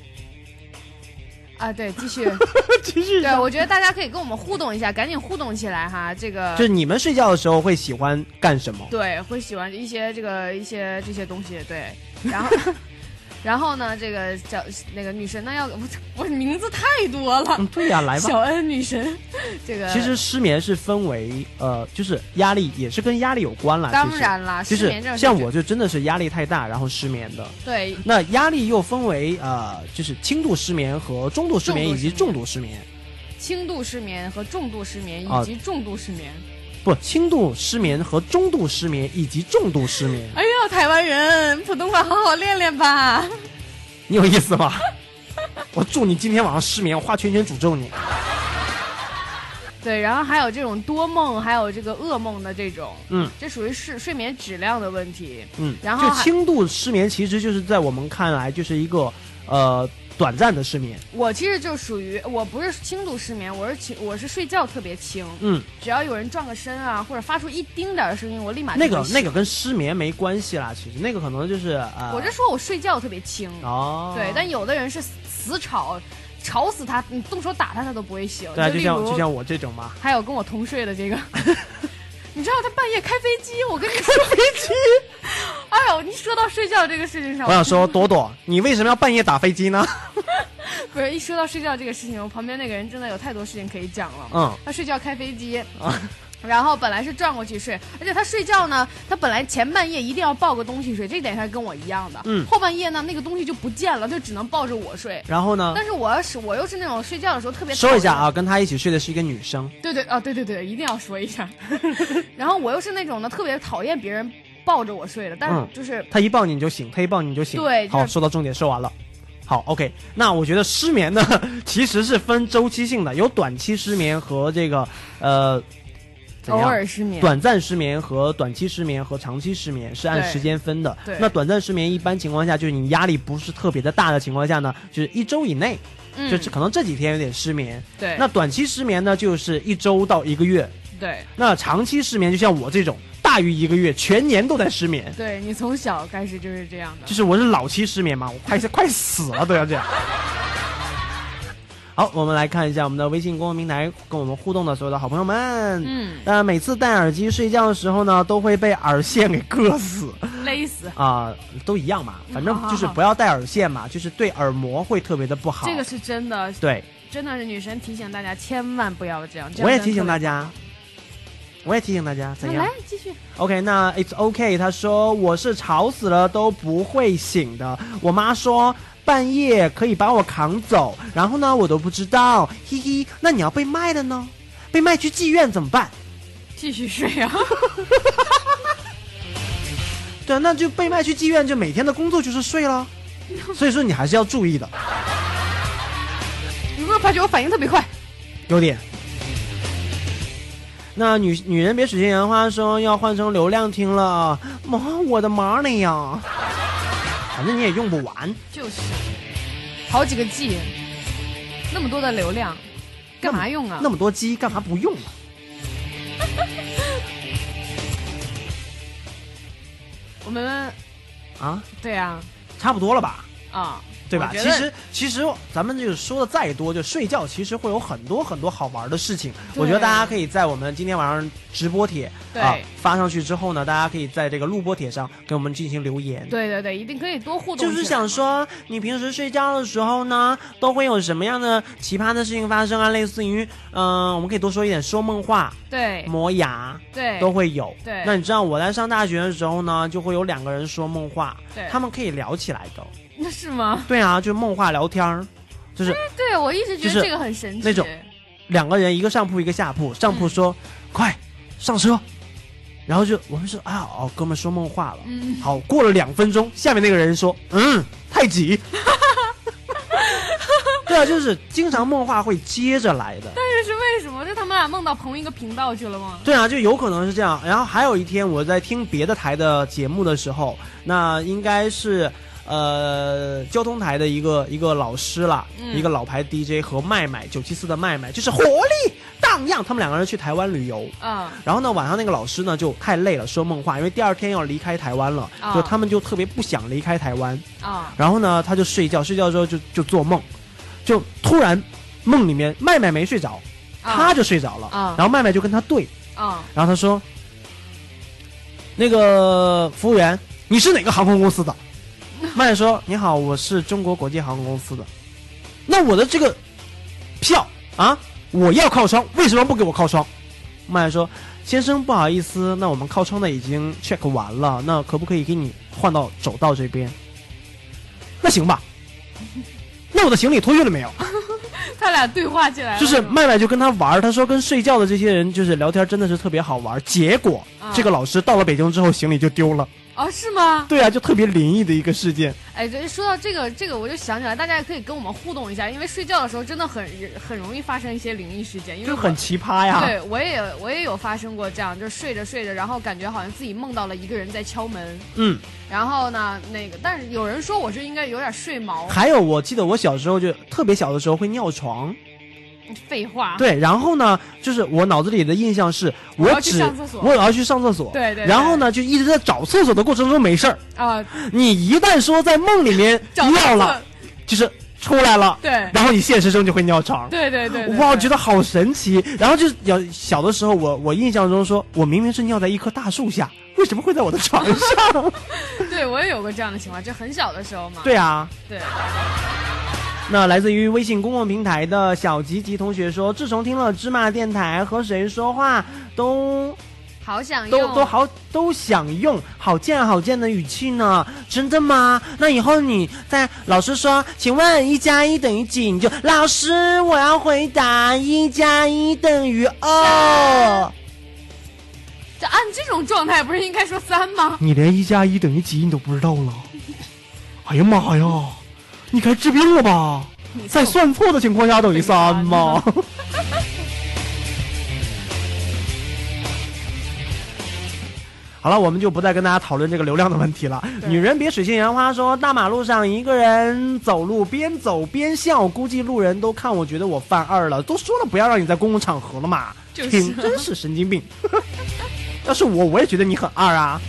Speaker 6: 啊，对，继续，
Speaker 5: 继续。
Speaker 6: 对，我觉得大家可以跟我们互动一下，赶紧互动起来哈。这个
Speaker 5: 就是你们睡觉的时候会喜欢干什么？
Speaker 6: 啊对，会喜欢一些这个一些这些东西， 对。然后，然后呢，这个小那个女神呢要 我我名字太多了。
Speaker 5: 嗯对呀来吧
Speaker 6: 啊小恩女神， 这个
Speaker 5: 其实失眠是分为呃，就是压力也是跟压力有关啦。
Speaker 6: 当
Speaker 5: 啊其实
Speaker 6: 然啦
Speaker 5: 就
Speaker 6: 失眠这种
Speaker 5: 是像我就真的是压力太大，然后失眠的。
Speaker 6: 对
Speaker 5: 那压力又分为呃，就是轻度失眠和中度失眠
Speaker 6: 重度
Speaker 5: 以
Speaker 6: 失
Speaker 5: 及重度失眠。
Speaker 6: 轻度失眠和重度失眠
Speaker 5: 啊
Speaker 6: 以及重度失眠。
Speaker 5: 不，轻度失眠和中度失眠以及重度失眠，
Speaker 6: 哎呦，台湾人，普通话好好练练吧。
Speaker 5: 你有意思吗？ 我祝你今天晚上失眠，我画圈圈诅咒你。
Speaker 6: 对，然后还有这种多梦，还有这个噩梦的这种，
Speaker 5: 嗯
Speaker 6: 这属于是睡眠质量的问题。
Speaker 5: 嗯，
Speaker 6: 然后
Speaker 5: 就
Speaker 6: 还
Speaker 5: 轻度失眠其实就是在我们看来就是一个呃短暂的失眠。
Speaker 6: 我其实就属于我不是轻度失眠，我是轻我是睡觉特别轻，
Speaker 5: 嗯，
Speaker 6: 只要有人转个身啊，或者发出一丁点儿的声音，我立马啊就
Speaker 5: 那个
Speaker 6: 会醒
Speaker 5: 那个跟失眠没关系啦，其实那个可能就是呃，
Speaker 6: 我是说我睡觉特别轻，
Speaker 5: 哦，
Speaker 6: 对，但有的人是死吵，吵死他，你动手打他他都不会醒。
Speaker 5: 对啊，就
Speaker 6: 例
Speaker 5: 像
Speaker 6: 如
Speaker 5: 就像我这种嘛，
Speaker 6: 还有跟我同睡的这 个，你知道他半夜开飞机，我跟你说
Speaker 5: 飞机， 哦
Speaker 6: 哎呦，你说到睡觉这个事情上，
Speaker 5: 我想说，朵朵，你为什么要半夜打飞机呢？
Speaker 6: 不是一说到睡觉这个事情，我旁边那个人真的有太多事情可以讲了。
Speaker 5: 嗯
Speaker 6: 他睡觉开飞机，
Speaker 5: 哦
Speaker 6: 然后本来是转过去睡，而且他睡觉呢，他本来前半夜一定要抱个东西睡，这点他跟我一样的。
Speaker 5: 嗯
Speaker 6: 后半夜呢，那个东西就不见了，就只能抱着我睡。
Speaker 5: 然后呢
Speaker 6: 但是我要是我又是那种睡觉的时候特别
Speaker 5: 说一下
Speaker 6: 讨厌
Speaker 5: 啊，跟他一起睡的是一个女生，
Speaker 6: 对对啊，对对对，一定要说一下。 然后我又是那种呢，特别讨厌别人抱着我睡的，但
Speaker 5: 嗯
Speaker 6: 是就是、
Speaker 5: 他一抱你就醒，他一抱你就醒。
Speaker 6: 对就是
Speaker 5: 好，说到重点，说完了。好，OK，那我觉得失眠呢， 其实是分周期性的，有短期失眠和这个呃怎样
Speaker 6: 偶尔失眠
Speaker 5: 短暂失眠和短期失眠和长期失眠是按
Speaker 6: 对
Speaker 5: 时间分的
Speaker 6: 对。
Speaker 5: 那短暂失眠一般情况下，就是你压力不是特别的大的情况下呢，就是一周以内，
Speaker 6: 嗯
Speaker 5: 就是可能这几天有点失眠。
Speaker 6: 对
Speaker 5: 那短期失眠呢，就是一周到一个月。
Speaker 6: 对
Speaker 5: 那长期失眠，就像我这种大于一个月，全年都在失眠，
Speaker 6: 对，你从小开始就是这样的。
Speaker 5: 就是我是老期失眠嘛，我快快死了都要这样。 好，我们来看一下我们的微信公众平台跟我们互动的所有的好朋友们。
Speaker 6: 嗯，
Speaker 5: 那每次戴耳机睡觉的时候呢，都会被耳线给硌死
Speaker 6: 勒死。
Speaker 5: 啊、都一样嘛，反
Speaker 6: 嗯
Speaker 5: 正
Speaker 6: 好
Speaker 5: 就是
Speaker 6: 好好
Speaker 5: 不要戴耳线嘛，就是对耳膜会特别的不好。
Speaker 6: 这个是真的，
Speaker 5: 对，
Speaker 6: 真的是女神提醒大家千万不要这样。这样
Speaker 5: 我也
Speaker 6: 真的
Speaker 5: 提醒
Speaker 6: 特
Speaker 5: 大家，我也提醒大家怎
Speaker 6: 别
Speaker 5: 样
Speaker 6: 来。继续。
Speaker 5: OK，那 It's OK。他说我是吵死了都不会醒的。我妈说半夜可以把我扛走，然后呢我都不知道，嘿嘿。那你要被卖了呢？被卖去妓院怎么办？
Speaker 6: 继续睡 啊！
Speaker 5: 对，那就被卖去妓院，就每天的工作就是睡了。所以说你还是要注意的，
Speaker 6: 有没有发觉我反应特别快？
Speaker 5: 有点。那女女人别使劲言话说要换成流量听了，啊妈，我的妈呢呀！反正你也用不完。
Speaker 6: 就是，好几个 G，那么多的流量，干嘛用啊？
Speaker 5: 那么多鸡干嘛不用啊？
Speaker 6: 我们
Speaker 5: 啊，
Speaker 6: 对啊
Speaker 5: 差不多了吧？
Speaker 6: 啊，
Speaker 5: 对吧？
Speaker 6: 我觉
Speaker 5: 其
Speaker 6: 得
Speaker 5: 实其实咱们就是说的再多，就睡觉其实会有很多很多好玩的事情。
Speaker 12: 对
Speaker 5: 我觉得大家可以在我们今天晚上直播帖
Speaker 6: 啊对
Speaker 5: 啊发上去之后呢，大家可以在这个录播帖上给我们进行留言。
Speaker 6: 对对对，一定可以多互动起
Speaker 5: 就
Speaker 6: 来。
Speaker 5: 是想说，你平时睡觉的时候呢，都会有什么样的奇葩的事情发生啊？类似于，嗯、我们可以多说一点说梦话，
Speaker 6: 对
Speaker 5: 磨牙，
Speaker 6: 对
Speaker 5: 都会有。
Speaker 6: 对
Speaker 5: 那你知道我在上大学的时候呢，就会有两个人说梦话，
Speaker 6: 对
Speaker 5: 他们可以聊起来的。
Speaker 6: 那是吗？
Speaker 5: 对啊，就是梦话聊天儿，就是
Speaker 6: 对，我一直觉
Speaker 5: 就是
Speaker 6: 得这个很神奇。
Speaker 5: 那种两个人一个上铺一个下铺，上铺说、快上车，然后就我们说啊哦，哥们说梦话了。
Speaker 6: 嗯，
Speaker 5: 好，过了两分钟，下面那个人说嗯太挤。对啊，就是经常梦话会接着来的。
Speaker 6: 但是是为什么？是他们俩梦到同一个频道去了吗？
Speaker 5: 对啊，就有可能是这样。然后还有一天我在听别的台的节目的时候，那应该是呃交通台的一个一个老师啦，
Speaker 12: 嗯
Speaker 5: 一个老牌 DJ 和麦麦九七四的麦麦，就是活力荡漾。他们两个人去台湾旅游，
Speaker 6: 嗯，
Speaker 5: 然后呢，晚上那个老师呢就太累了，说梦话，因为第二天要离开台湾了，
Speaker 6: 啊
Speaker 5: 就他们就特别不想离开台湾。
Speaker 6: 啊，
Speaker 5: 然后呢，他就睡觉，睡觉之后就就做梦，就突然梦里面麦麦没睡着，
Speaker 6: 啊
Speaker 5: 他就睡着了，
Speaker 6: 啊
Speaker 5: 然后麦麦就跟他对，
Speaker 6: 啊，
Speaker 5: 然后他说：“那个服务员，你是哪个航空公司的？”麦麦说：“你好，我是中国国际航空公司的。那我的这个票啊，我要靠窗，为什么不给我靠窗？”麦麦说：“先生，不好意思，那我们靠窗的已经 check 完了，那可不可以给你换到走道这边？”那行吧。那我的行李托运了没有？
Speaker 6: 他俩对话起来了
Speaker 5: 就是麦麦就跟他玩儿，他说跟睡觉的这些人就是聊天真的是特别好玩儿。结果、
Speaker 6: 啊
Speaker 5: 这个老师到了北京之后行李就丢了，
Speaker 6: 哦，是吗？
Speaker 5: 对啊，就特别灵异的一个事件。
Speaker 6: 哎，这说到这个，这个我就想起来，大家也可以跟我们互动一下，因为睡觉的时候真的很很容易发生一些灵异事件，因为
Speaker 5: 就
Speaker 6: 我
Speaker 5: 很奇葩呀
Speaker 6: 对，我也我也有发生过这样，就是睡着睡着，然后感觉好像自己梦到了一个人在敲门，
Speaker 5: 嗯，
Speaker 6: 然后呢，那个，但是有人说我是应该有点睡毛，
Speaker 5: 还有我记得我小时候就特别小的时候会尿床，
Speaker 6: 废话，
Speaker 5: 对，然后呢，就是我脑子里的印象是
Speaker 6: 啊我要去
Speaker 5: 只
Speaker 6: 上厕所
Speaker 5: 我要去上厕所，
Speaker 6: 对对对
Speaker 5: 然后呢就一直在找厕所的过程中没事儿，
Speaker 6: 啊，
Speaker 5: 你一旦说在梦里面
Speaker 6: 找厕所
Speaker 5: 尿了，就是出来了，
Speaker 6: 对
Speaker 5: 然后你现实中就会尿 床，
Speaker 6: 对对对对
Speaker 5: 哇，我
Speaker 6: 对
Speaker 5: 觉得好神奇。然后就是有小的时候我，我印象中说，我明明是尿在一棵大树下，为什么会在我的床 上？
Speaker 6: 对我也有过这样的情况，就很小的时候嘛，
Speaker 5: 对啊，
Speaker 6: 对，
Speaker 5: 那来自于微信公共平台的小吉吉同学说，自从听了芝麻电台，和谁说话都
Speaker 6: 好想
Speaker 5: 都
Speaker 6: 用
Speaker 5: 都好都想用好贱好贱的语气呢，真的吗？那以后你在老师说，请问一加一等于几？你就老师，我要回答一加一等于二。
Speaker 6: 这按这种状态不是应该说三吗？
Speaker 5: 你连一加一等于几你都不知道了？哎呀妈呀，你该治病了吧？在算错的情况下等于三吗？ 好了，我们就不再跟大家讨论这个流量的问题了。女人别水性杨花说，大马路上一个人走路，边走边笑，估计路人都看我觉得我犯二了。都说了不要让你在公共场合了嘛，
Speaker 13: 就是啊
Speaker 5: 挺真是神经病。 要是我，我也觉得你很二啊。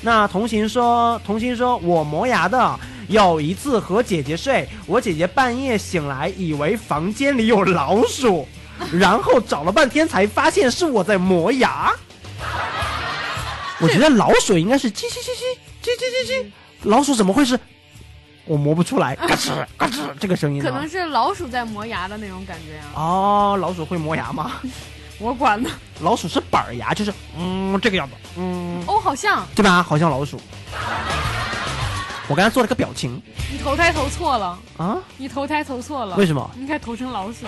Speaker 5: 那同行说，同行说我磨牙的。有一次和姐姐睡，我姐姐半夜醒来，以为房间里有老鼠， 然后找了半天才发现是我在磨牙。我觉得老鼠应该是叽叽叽叽叽叽叽叽，老鼠怎么会是？我磨不出来，嘎吱嘎吱这个声音、
Speaker 6: 可
Speaker 5: 啊。
Speaker 6: 能是老鼠在磨牙的那种感觉啊！
Speaker 5: 哦，老鼠会磨牙吗？
Speaker 6: 我管呢。
Speaker 5: 老鼠是板儿牙，就是嗯这个样子，嗯
Speaker 6: 哦，好像
Speaker 5: 对吧？好像老鼠。我刚才做了个表情，
Speaker 6: 你投胎投错了
Speaker 5: 啊！
Speaker 6: 你投胎投错了，
Speaker 5: 为什么
Speaker 6: 应该投成老鼠。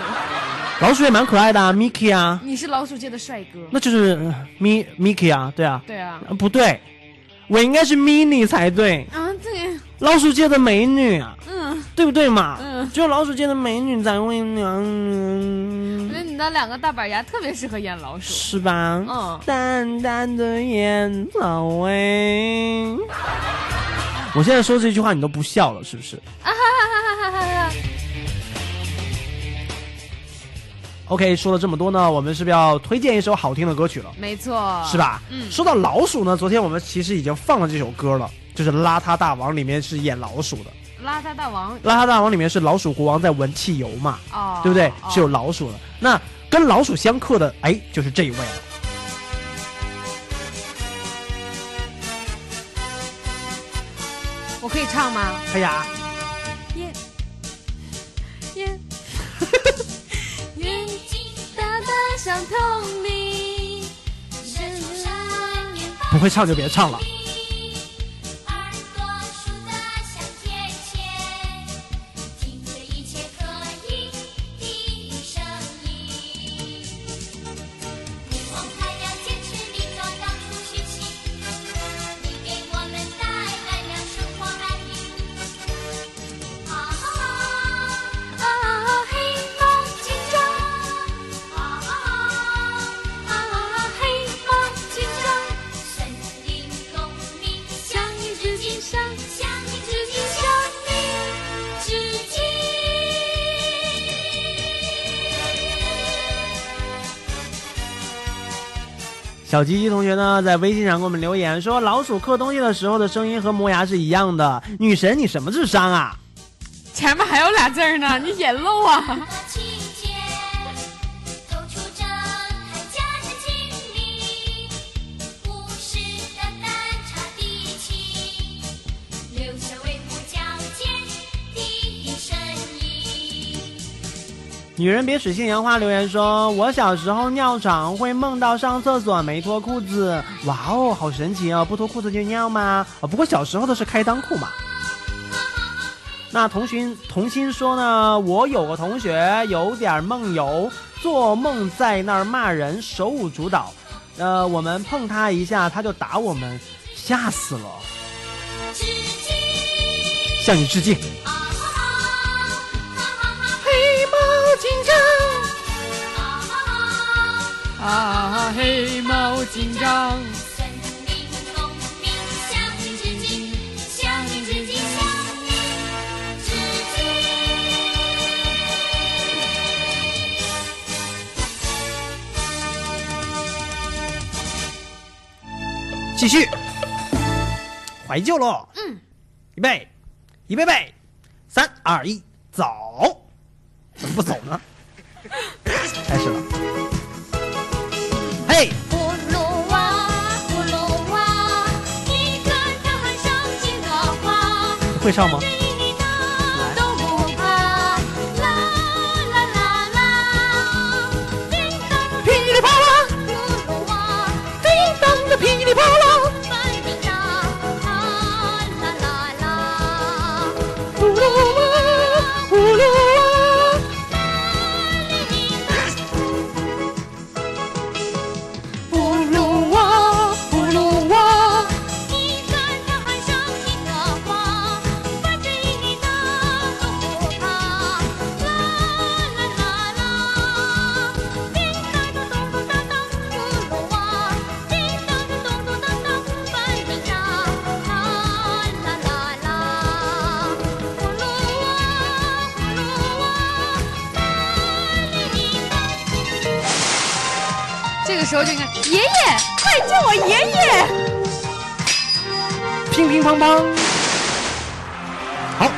Speaker 5: 老鼠也蛮可爱的啊，Mickey 啊，
Speaker 6: 你是老鼠界的帅哥。
Speaker 5: 那就是呃咪 Mickey 啊，对啊，
Speaker 6: 对啊，
Speaker 5: 呃不对，我应该是 Mini 才对，
Speaker 6: 啊，对，
Speaker 5: 老鼠界的美女啊，
Speaker 6: 嗯，
Speaker 5: 对不对嘛？
Speaker 6: 嗯
Speaker 5: 只有老鼠界的美女才会嗯
Speaker 6: 我觉得你的两个大板牙特别适合演老鼠。
Speaker 5: 是吧？
Speaker 6: 嗯
Speaker 5: 淡淡的烟草味。我现在说这句话你都不笑了，是 不是
Speaker 6: 啊哈哈哈哈哈哈！
Speaker 5: ？OK，说了这么多呢，我们是不是要推荐一首好听的歌曲了？
Speaker 6: 没错，
Speaker 5: 是吧？
Speaker 6: 嗯，
Speaker 5: 说到老鼠呢，昨天我们其实已经放了这首歌了，就是《邋遢大王》里面是演老鼠的，
Speaker 6: 邋遢大王
Speaker 5: 《邋遢大王》里面是老鼠国王在闻汽油嘛，
Speaker 6: 哦
Speaker 5: 对不对？
Speaker 6: 哦
Speaker 5: 是有老鼠的。那跟老鼠相克的，哎，就是这一位了。
Speaker 6: 我可以唱吗？
Speaker 5: 哎呀，
Speaker 6: 耶耶，眼睛大大像透明，伸出双眼
Speaker 5: 不会唱就别唱了。
Speaker 14: 相信自己，生命之境。
Speaker 5: 小吉吉同学呢，在微信上给我们留言说，老鼠嗑东西的时候的声音和磨牙是一样的。女神，你什么智商啊？
Speaker 6: 前面还有俩字儿呢，你眼漏啊！
Speaker 5: 女人别水性杨花留言说，我小时候尿床会梦到上厕所没脱裤子，哇哦，好神奇哦！不脱裤子就尿吗？啊、不过小时候都是开裆裤嘛。那同行童心说呢，我有个同学有点梦游，做梦在那儿骂人，手舞足蹈，呃，我们碰他一下他就打我们，吓死了，向你致敬。
Speaker 13: 黑猫警长。
Speaker 6: 啊，黑猫警长，
Speaker 5: 继续，怀旧喽。嗯，预备，预备备，三二一，走。怎么不走呢？开始了。嘿，
Speaker 14: 葫芦娃，葫芦娃，一个大汉上金个花，
Speaker 5: 会唱吗？
Speaker 14: 都不怕，啦啦啦啦，叮当的噼里啪啦，葫芦娃，叮当的噼里啪啦，快点长，啦啦啦啦，葫芦娃，葫芦娃，啦哩啦。葫芦娃，葫芦娃，一个大汉上金个花，反正一大都不怕，啦啦啦啦，叮当咚咚咚当当，葫芦娃，叮当咚咚咚当当，
Speaker 6: 个时候就应该，爷爷，快救我爷爷！
Speaker 5: 乒乒乓乓。好，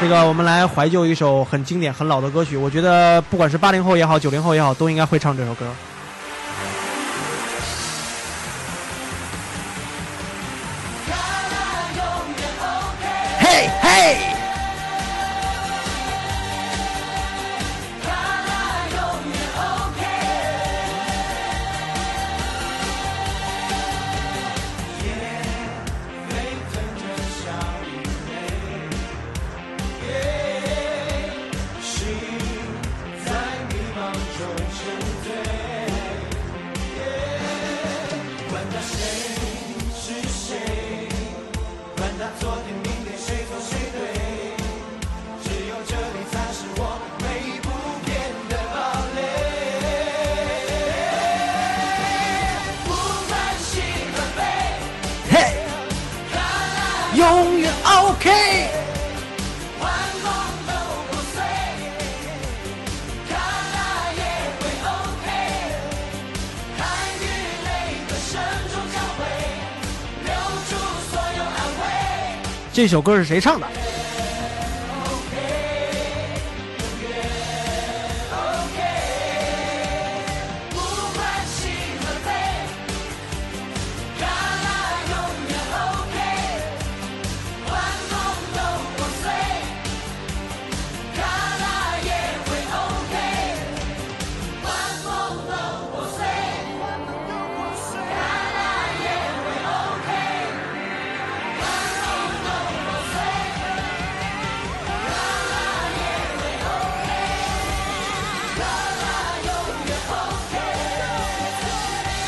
Speaker 5: 这个我们来怀旧一首很经典、很老的歌曲，我觉得不管是八零后也好，九零后也好，都应该会唱这首歌。
Speaker 15: 嘿嘿。心在迷茫中沉醉，管他谁是谁，管他昨天明天谁错谁对，只有这里才是我唯一不变的堡垒。不分喜和悲，嘿，永远 OK。晚风都不碎，看来也会 OK。汗与泪在声中交汇，留住所有安慰。
Speaker 5: 这首歌是谁唱的？
Speaker 15: 不管喜和悲，看来永远 OK。晚风都不碎，看来也会 OK。晚风都不碎，看来也会 OK。晚风都不碎，看来也会 OK。看来永远 OK。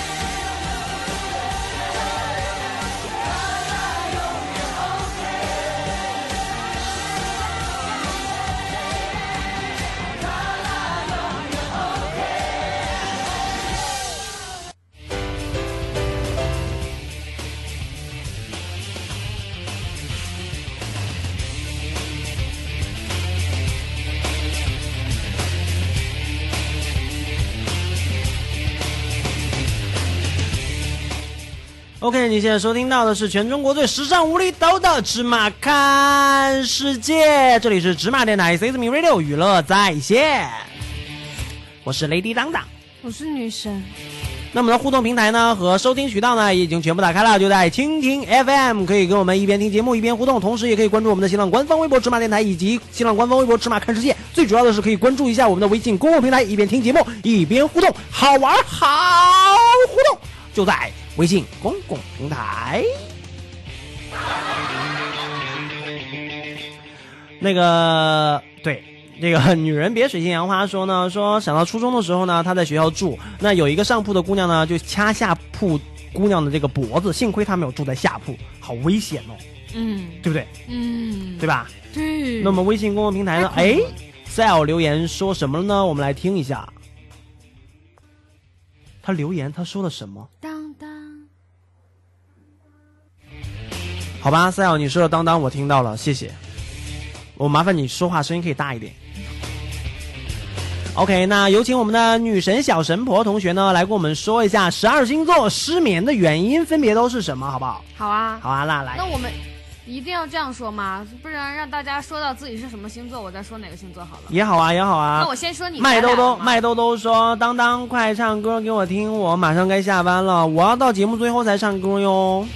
Speaker 5: OK，你现在收听到的是全中国最时尚无厘头的《芝麻看世界》，这里是芝麻电台 C S M Radio 娱乐在线，我是雷迪当当。
Speaker 6: 我是女神，
Speaker 5: 那么的互动平台呢和收听渠道呢也已经全部打开了，就在蜻蜓 FM 可以跟我们一边听节目一边互动，同时也可以关注我们的新浪官方微博“芝麻电台”以及新浪官方微博“芝麻看世界”。最主要的是可以关注一下我们的微信公众平台，一边听节目一边互动，好玩好互动，就在微信公共平台。那个对。这个 女人别水性杨花说呢，说想到初中的时候呢，她在学校住，那有一个上铺的姑娘呢，就掐下铺姑娘的这个脖子，幸亏她没有住在下铺，好危险哦，
Speaker 6: 嗯
Speaker 5: 对不对？
Speaker 6: 嗯，
Speaker 5: 对吧？
Speaker 6: 对。
Speaker 5: 那么微信公众平台呢？哎，Sale 留言说什么呢？我们来听一下，他留言他说了什么？
Speaker 6: 当当，
Speaker 5: 好吧，Sale 你说的当当我听到了，谢谢。我麻烦你说话声音可以大一点。OK，那有请我们的女神小神婆同学呢，来跟我们说一下十二星座失眠的原因分别都是什么，好不好？
Speaker 6: 好啊，
Speaker 5: 好啊，那来
Speaker 6: 那，我们一定要这样说吗？不然让大家说到自己是什么星座，我再说哪个星座好了。
Speaker 5: 也好啊，也好啊。
Speaker 6: 那我先说你
Speaker 5: 麦
Speaker 6: 咱
Speaker 5: 兜
Speaker 6: 俩
Speaker 5: 兜，
Speaker 6: 嘛
Speaker 5: 麦兜兜说：“当当，快唱歌给我听，我马上该下班了，我要到节目最后才唱歌哟。”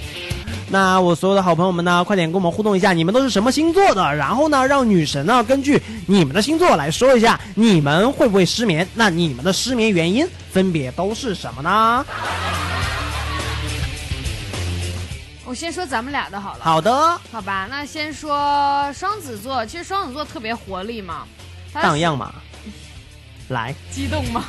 Speaker 5: 那我所有的好朋友们呢，快点跟我们互动一下，你们都是什么星座的？然后呢，让女神呢根据你们的星座来说一下，你们会不会失眠？那你们的失眠原因分别都是什么呢？
Speaker 6: 我先说咱们俩的好了。
Speaker 5: 好的，
Speaker 6: 好吧，那先说双子座，其实双子座特别活力嘛，他
Speaker 5: 荡漾嘛，来，
Speaker 6: 激动吗？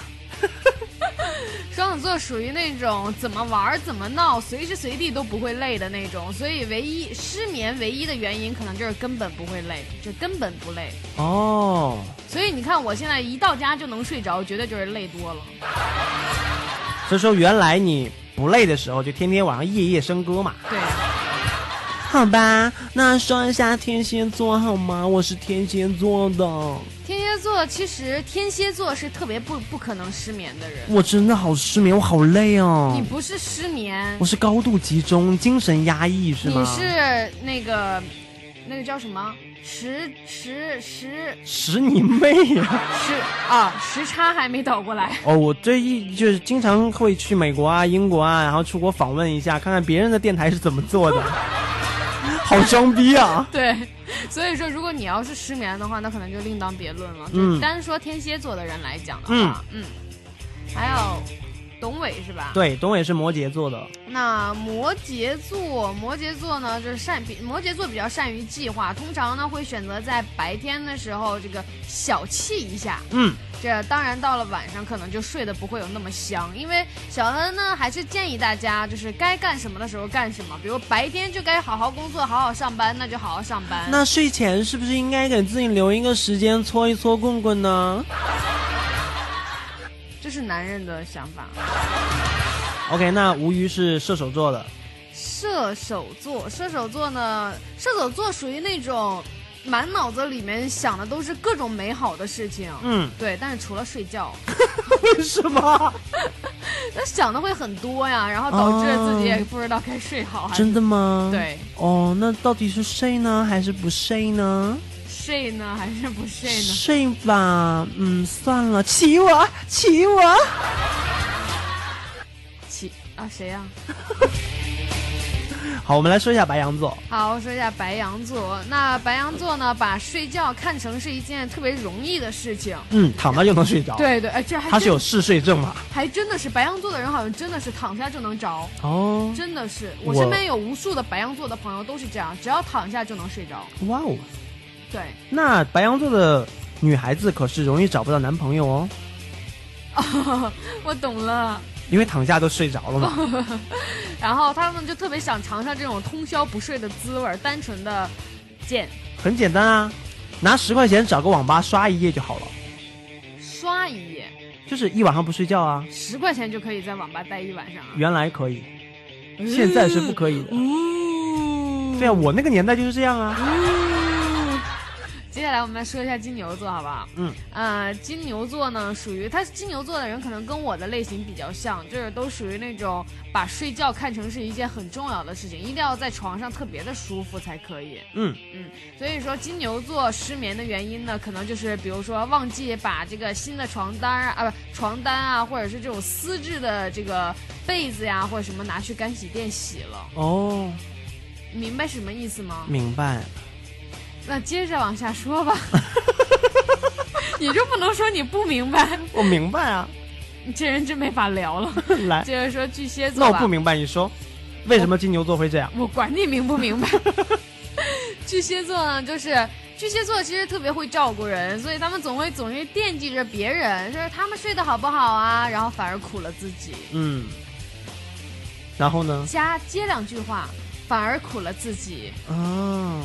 Speaker 6: 双子座属于那种怎么玩儿怎么闹，随时随地都不会累的那种，所以唯一失眠唯一的原因可能就是根本不会累，就根本不累。
Speaker 5: 哦，
Speaker 6: 所以你看我现在一到家就能睡着，绝对就是累多了。
Speaker 5: 所以说原来你不累的时候，就天天晚上夜夜笙歌嘛。
Speaker 6: 对，
Speaker 5: 好吧，那说一下天蝎座好吗？我是天蝎座的。
Speaker 6: 天蝎座其实天蝎座是特别不不可能失眠的人，
Speaker 5: 我真的好失眠，我好累哦。
Speaker 6: 你不是失眠，
Speaker 5: 我是高度集中，精神压抑是吗？
Speaker 6: 你是那个那个叫什么时时时
Speaker 5: 使你妹呀、
Speaker 6: 时啊时差还没倒过来。
Speaker 5: 哦，我这一就是经常会去美国啊、英国啊，然后出国访问一下，看看别人的电台是怎么做的， 好装逼啊！
Speaker 6: 对，所以说如果你要是失眠的话，那可能就另当别论了。
Speaker 5: 嗯
Speaker 6: 就单说天蝎座的人来讲的
Speaker 5: 嗯
Speaker 6: 话，嗯还有董伟是吧？。
Speaker 5: 对，董伟是摩羯座的，
Speaker 6: 那摩羯座，摩羯座呢，就是善比摩羯座比较善于计划，通常呢会选择在白天的时候这个小憩一下。
Speaker 5: 嗯，
Speaker 6: 这当然到了晚上可能就睡得不会有那么香，因为小恩呢还是建议大家就是该干什么的时候干什么，比如白天就该好好工作、好好上班，那就好好上班。
Speaker 5: 那睡前是不是应该给自己留一个时间搓一搓棍棍呢
Speaker 6: 这是男人的想法。
Speaker 5: ？OK，那吴瑜是射手座的，
Speaker 6: 射手座，射手座呢，射手座属于那种满脑子里面想的都是各种美好的事情，
Speaker 5: 嗯
Speaker 6: 对，但是除了睡觉，
Speaker 5: 为什么？
Speaker 6: 那想的会很多呀，然后导致自己也
Speaker 5: 哦
Speaker 6: 不知道该睡好还是
Speaker 5: 真的吗？
Speaker 6: 对，
Speaker 5: 哦，那到底是睡呢，还是不睡呢？
Speaker 6: 睡呢，还是不睡呢？
Speaker 5: 睡吧，嗯，算了，起 我，起我。
Speaker 6: 起啊，谁呀、
Speaker 5: 好，我们来说一下白羊座。
Speaker 6: 好，说一下白羊座。那白羊座呢，把睡觉看成是一件特别容易的事情。
Speaker 5: 嗯，躺着就能睡着。
Speaker 6: 对对，哎，这还
Speaker 5: 他是
Speaker 6: 真
Speaker 5: 有嗜睡症嘛？
Speaker 6: 还真的是白羊座的人，好像真的是躺下就能着。
Speaker 5: 哦，
Speaker 6: 真的是，
Speaker 5: 我
Speaker 6: 我身边有无数的白羊座的朋友都是这样，只要躺下就能睡着。
Speaker 5: 哇哦，
Speaker 6: 对，
Speaker 5: 那白羊座的女孩子可是容易找不到男朋友哦，
Speaker 6: 我懂了。
Speaker 5: 因为躺下都睡着了嘛。
Speaker 6: 然后他们就特别想尝尝这种通宵不睡的滋味儿，单纯的见
Speaker 5: 很简单啊，拿十块钱找个网吧刷一夜就好了，
Speaker 6: 刷一夜，
Speaker 5: 就是一晚上不睡觉啊。
Speaker 6: 十块钱就可以在网吧待一晚上啊。
Speaker 5: 原来可以，现在是不可以的。对啊，我那个年代就是这样啊。
Speaker 6: 接下来我们来说一下金牛座，好不好？
Speaker 5: 嗯，
Speaker 6: 呃，金牛座呢，属于他金牛座的人，可能跟我的类型比较像，就是都属于那种把睡觉看成是一件很重要的事情，一定要在床上特别的舒服才可以。
Speaker 5: 嗯
Speaker 6: 嗯，所以说金牛座失眠的原因呢，可能就是比如说忘记把这个新的床单儿啊，不床单啊，或者是这种丝质的这个被子呀，或者什么拿去干洗店洗了，
Speaker 5: 哦，
Speaker 6: 明白什么意思吗？
Speaker 5: 明白。
Speaker 6: 那接着往下说吧， 你就不能说你不明白？
Speaker 5: 我明白啊，
Speaker 6: 你这人真没法聊了。
Speaker 5: 来
Speaker 6: 接着说巨蟹座
Speaker 5: 那
Speaker 6: 吧。
Speaker 5: 哎我不明白，你说为什么金牛座会这样？
Speaker 6: 我管你明不明白。 巨蟹座呢，就是巨蟹座其实特别会照顾人，所以他们总会总是惦记着别人，说他们睡得好不好啊，然后反而苦了自己。
Speaker 5: 嗯，然后呢？
Speaker 6: 加接两句话，反而苦了自己。
Speaker 5: 啊，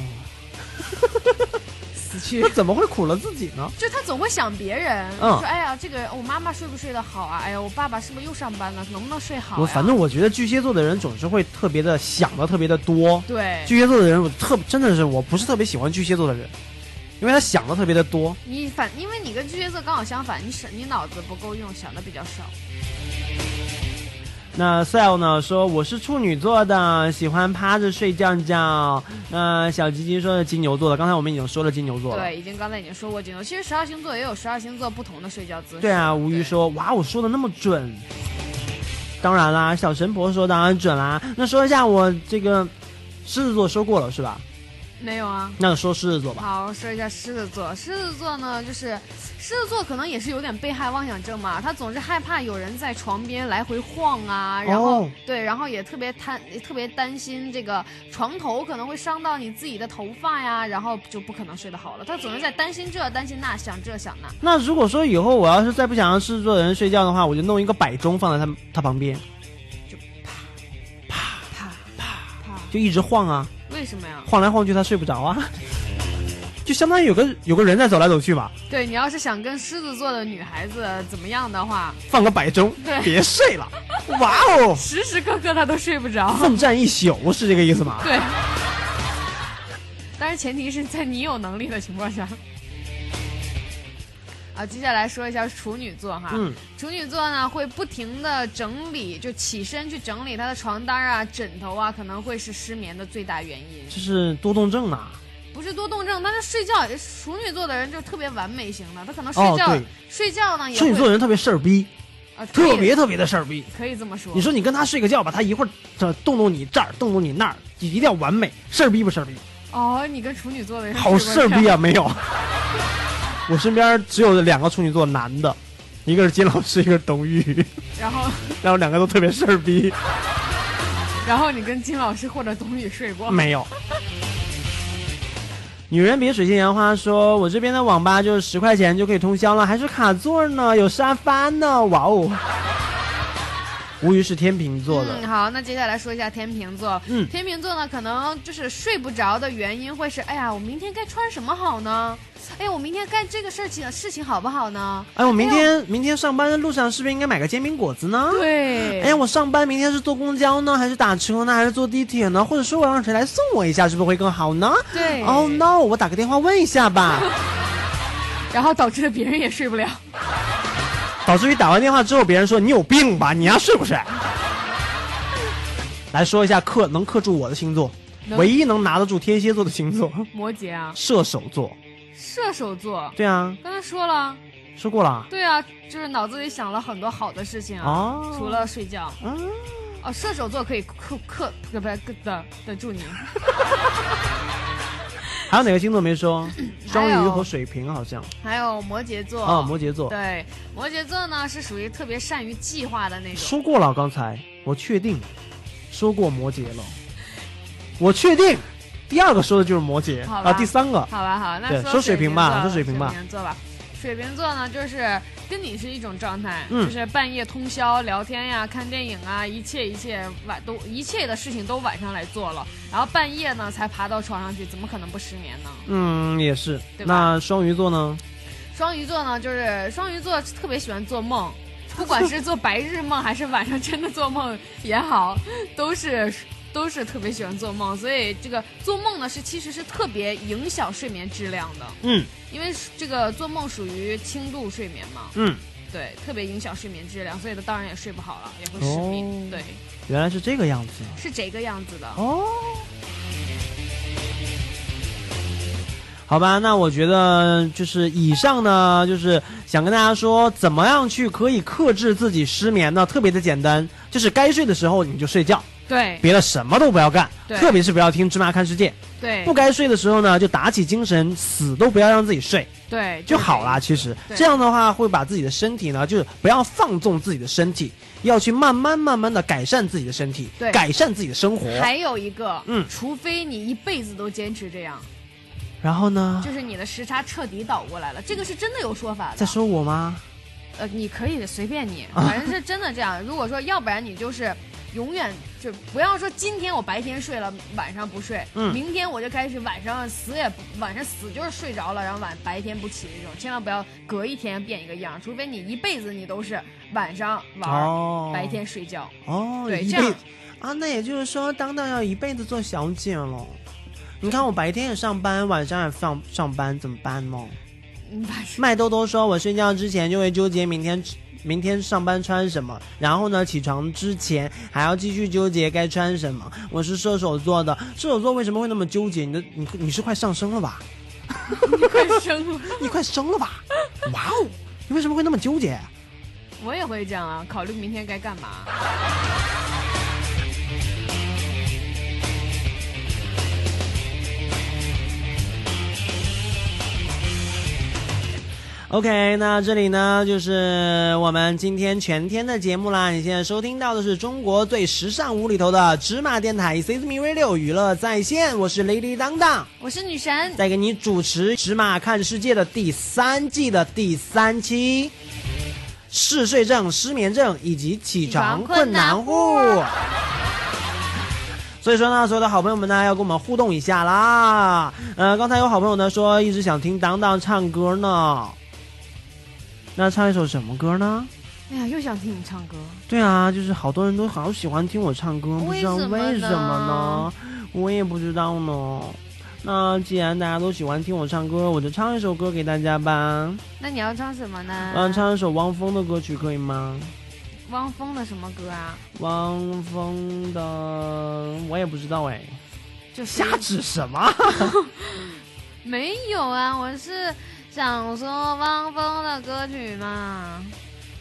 Speaker 6: 死去
Speaker 5: 那怎么会苦了自己呢？
Speaker 6: 就他总会想别人，
Speaker 5: 嗯
Speaker 6: 说哎呀，这个我妈妈睡不睡得好啊？哎呀，我爸爸是不是又上班了？能不能睡好呀？
Speaker 5: 我反正我觉得巨蟹座的人总是会特别的想的特别的多。
Speaker 6: 对
Speaker 5: 巨蟹座的人我特真的是我不是特别喜欢巨蟹座的人，因为他想的特别的多。
Speaker 6: 你反，因为你跟巨蟹座刚好相反，你是你脑子不够用，想的比较少。
Speaker 5: 那 Sal 呢说我是处女座的，喜欢趴着睡觉觉。那小吉吉说是金牛座的，刚才我们已经说了金牛座了。
Speaker 6: 对，已经刚才已经说过金牛，其实十二星座也有十二星座不同的睡觉姿势。
Speaker 5: 对啊，吴瑜说哇，我说的那么准。当然啦，小神婆说当然准啦。那说一下我这个狮子座说过了是吧？
Speaker 6: 没有啊。
Speaker 5: 那就说狮子座吧。
Speaker 6: 好，说一下狮子座。狮子座呢，就是狮子座可能也是有点被害妄想症嘛，他总是害怕有人在床边来回晃啊，然后、
Speaker 5: 哦
Speaker 6: 对，然后也特别贪，也特别担心这个床头可能会伤到你自己的头发呀，然后就不可能睡得好了。他总是在担心这，担心那，想这想那。
Speaker 5: 那如果说以后我要是再不想让狮子座的人睡觉的话，我就弄一个摆钟放在他们他旁边，就啪啪啪啪，就一直晃啊，
Speaker 6: 为什么呀？
Speaker 5: 晃来晃去，他睡不着啊，就相当于有个有个人在走来走去嘛，
Speaker 6: 对你要是想跟狮子座的女孩子怎么样的话，
Speaker 5: 放个摆钟
Speaker 6: 对，
Speaker 5: 别睡了，哇哦
Speaker 6: 时时刻刻他都睡不着。
Speaker 5: 奋战一宿是这个意思吗？
Speaker 6: 对，但是前提是在你有能力的情况下。啊，接下来说一下处女座哈，
Speaker 5: 嗯
Speaker 6: 处女座呢会不停的整理，就起身去整理他的床单啊、枕头啊，可能会是失眠的最大原因。
Speaker 5: 这是多动症啊。
Speaker 6: 不是多动症，但是睡觉，处女座的人就特别完美型的，他可能睡
Speaker 5: 哦
Speaker 6: 觉、
Speaker 5: 对
Speaker 6: 睡觉呢也
Speaker 5: 处女
Speaker 6: 会
Speaker 5: 座人特别事儿逼，
Speaker 6: 啊可以
Speaker 5: 特别特别的事儿逼。
Speaker 6: 可以这么说。
Speaker 5: 你说你跟他睡个觉吧，他一会儿这动动你这儿，动动你那儿，一定要完美，事儿逼不事 儿逼？
Speaker 6: 哦，你跟处女座的人
Speaker 5: 好事儿逼啊，没有。我身边只有两个处女座男的，一个是金老师，一个是董宇，
Speaker 6: 然后，
Speaker 5: 然后两个都特别事儿逼，
Speaker 6: 然后你跟金老师或者董宇睡过
Speaker 5: 没有？女人别水性杨花说，我这边的网吧就是十块钱就可以通宵了，还是卡座呢，有沙发呢，哇哦！无疑是天秤座的，
Speaker 6: 嗯，好，那接下来说一下天秤座。
Speaker 5: 嗯
Speaker 6: 天秤座呢，可能就是睡不着的原因会是，哎呀，我明天该穿什么好呢？哎呀，我明天干这个事情事情好不好呢？
Speaker 5: 哎，我
Speaker 6: 哎
Speaker 5: 明
Speaker 6: 呀
Speaker 5: 天明天上班的路上是不是应该买个煎饼果子呢？
Speaker 6: 对
Speaker 5: 哎呀，我上班明天是坐公交呢，还是打车呢，还是坐地铁呢？或者说我让谁来送我一下，是不是会更好呢？
Speaker 6: 对
Speaker 5: 哦、no，我打个电话问一下吧。
Speaker 6: 然后导致了别人也睡不了。
Speaker 5: 导致于打完电话之后，别人说你有病吧？你丫睡不睡？来说一下克能克住我的星座，
Speaker 6: 能
Speaker 5: 唯一能拿得住天蝎座的星座，
Speaker 6: 摩羯啊，
Speaker 5: 射手座。
Speaker 6: 射手座。
Speaker 5: 对啊，
Speaker 6: 刚才说了，
Speaker 5: 说过了啊。
Speaker 6: 对啊，就是脑子里想了很多好的事情啊，
Speaker 5: 哦
Speaker 6: 除了睡觉。哦，射手座可以克克克不克的的住你。
Speaker 5: 还有哪个星座没说？双
Speaker 6: 还
Speaker 5: 鱼
Speaker 6: 有
Speaker 5: 和水瓶好像。
Speaker 6: 还有摩羯座
Speaker 5: 啊摩羯座
Speaker 6: 对，摩羯座呢是属于特别善于计划的那种。
Speaker 5: 说过了，刚才我确定说过摩羯了，我确定。第二个说的就是摩羯
Speaker 6: 好吧
Speaker 5: 啊，第三个
Speaker 6: 好吧，好，那
Speaker 5: 对
Speaker 6: 说
Speaker 5: 说水瓶吧，说
Speaker 6: 说
Speaker 5: 水瓶吧
Speaker 6: 水，瓶座吧。水瓶座呢，就是跟你是一种状态，
Speaker 5: 嗯
Speaker 6: 就是半夜通宵聊天呀、看电影啊，一切一切晚都一切的事情都晚上来做了，然后半夜呢才爬到床上去，怎么可能不失眠呢？
Speaker 5: 嗯，也是。
Speaker 6: 对吧
Speaker 5: 那双鱼座呢？
Speaker 6: 双鱼座呢，就是呃双鱼座特别喜欢做梦，不管是做白日梦还是晚上真的做梦也好，都是 都是特别喜欢做梦，所以这个做梦呢是其实是特别影响睡眠质量的，
Speaker 5: 嗯
Speaker 6: 因为这个做梦属于轻度睡眠嘛，
Speaker 5: 嗯，
Speaker 6: 对，特别影响睡眠质量，所以他当然也睡不好了，也会失眠，
Speaker 5: 哦
Speaker 6: 对，
Speaker 5: 原来是这个样子。
Speaker 6: 是这个样子的。
Speaker 5: 哦，好吧，那我觉得就是以上呢，就是想跟大家说，怎么样去可以克制自己失眠呢？特别的简单，就是该睡的时候你就睡觉，
Speaker 6: 对
Speaker 5: 别的什么都不要干，
Speaker 6: 对
Speaker 5: 特别是不要听《芝麻看世界》。
Speaker 6: 对，
Speaker 5: 不该睡的时候呢，就打起精神，死都不要让自己睡。
Speaker 6: 对
Speaker 5: 就好啦。其实这样的话，会把自己的身体呢，就是不要放纵自己的身体，要去慢慢慢慢的改善自己的身体
Speaker 6: 对，
Speaker 5: 改善自己的生活。
Speaker 6: 还有一个，
Speaker 5: 嗯
Speaker 6: 除非你一辈子都坚持这样，
Speaker 5: 然后呢？
Speaker 6: 就是你的时差彻底倒过来了，这个是真的有说法的。
Speaker 5: 在说我吗？
Speaker 6: 呃，你可以随便 你，反正是真的这样。如果说，要不然你就是永远就不要说今天我白天睡了，晚上不睡，
Speaker 5: 嗯
Speaker 6: 明天我就开始晚上死也不晚上死就是睡着了，然后晚白天不起这种，千万不要隔一天变一个样，除非你一辈子你都是晚上玩儿，
Speaker 5: 哦
Speaker 6: 白天睡觉。
Speaker 5: 哦，
Speaker 6: 对
Speaker 5: 一
Speaker 6: 哎这
Speaker 5: 辈
Speaker 6: 样
Speaker 5: 子啊，那也就是说，当当要一辈子做小姐了。你看我白天也上班，晚上也上上班，怎么办呢？
Speaker 6: 嗯晚上
Speaker 5: 麦兜兜说，我睡觉之前就会纠结明天明天上班穿什么，然后呢，起床之前还要继续纠结该穿什么。我是射手座的，射手座为什么会那么纠结？你的你你是快上升了吧？
Speaker 6: 你快生了，
Speaker 5: 你快升了吧？哇哦，你为什么会那么纠结？
Speaker 6: 我也会这样啊，考虑明天该干嘛。
Speaker 5: OK，那这里呢就是我们今天全天的节目啦。你现在收听到的是中国最时尚无厘头的芝麻电台 C M Radio 娱乐在线，我是 Lady 当当，
Speaker 6: 我是女神，
Speaker 5: 在给你主持《芝麻看世界》的第三季的第三期。嗜睡症、失眠症以及起床困难户。所以说呢，所有的好朋友们呢，要跟我们互动一下啦。呃，刚才有好朋友呢说一直想听当当唱歌呢，那唱一首什么歌呢？
Speaker 6: 哎呀，又想听你唱歌。
Speaker 5: 对啊，就是好多人都好喜欢听我唱歌，不知道
Speaker 6: 为什么呢
Speaker 5: 为什么呢？我也不知道呢。
Speaker 16: 那既然大家都喜欢听我唱歌，我就唱一首歌给大家吧。
Speaker 6: 那你要唱什么呢？
Speaker 16: 嗯，唱一首汪峰的歌曲可以吗？
Speaker 6: 汪峰的什么歌啊？
Speaker 16: 汪峰的我也不知道哎，
Speaker 6: 就
Speaker 16: 瞎指什么？
Speaker 6: 没有啊，我是想说汪峰的歌曲嘛。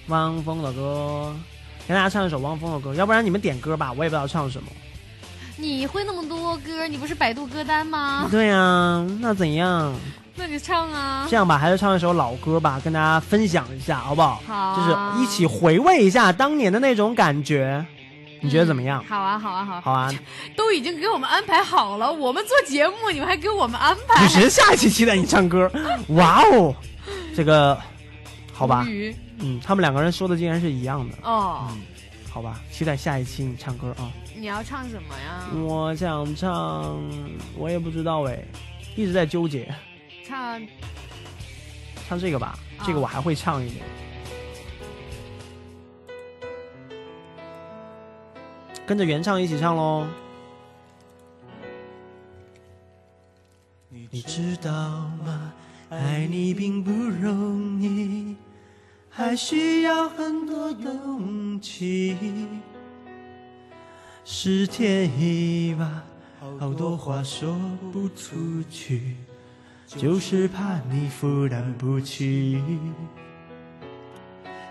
Speaker 16: 汪峰的歌，给大家唱一首汪峰的歌，要不然你们点歌吧，我也不知道唱什么。
Speaker 6: 你会那么多歌，你不是百度歌单吗？
Speaker 16: 对呀、那怎样？
Speaker 6: 那你唱啊。
Speaker 16: 这样吧，还是唱一首老歌吧，跟大家分享一下，好不好？
Speaker 6: 好啊
Speaker 16: 就是一起回味一下当年的那种感觉，你觉得怎么样？
Speaker 6: 好啊，好啊，好啊。
Speaker 16: 好 啊，
Speaker 6: 都已经给我们安排好了，我们做节目，你们还给我们安排？
Speaker 16: 女神下一期期待你唱 歌，哇哦，这个好吧
Speaker 6: 无，语
Speaker 16: 嗯，他们两个人说的竟然是一样的，
Speaker 6: 哦，
Speaker 16: 嗯好吧，期待下一期你唱歌啊。
Speaker 6: 你要唱什么呀？
Speaker 16: 我想唱，我也不知道哎，一直在纠结，
Speaker 6: 唱
Speaker 16: 唱这个吧，这个我还会唱一点。跟着原唱一起唱喽。
Speaker 5: 你知道吗？爱你并不容易，还需要很多勇气。十天一晚，好多话说不出去，就是怕你负担不起。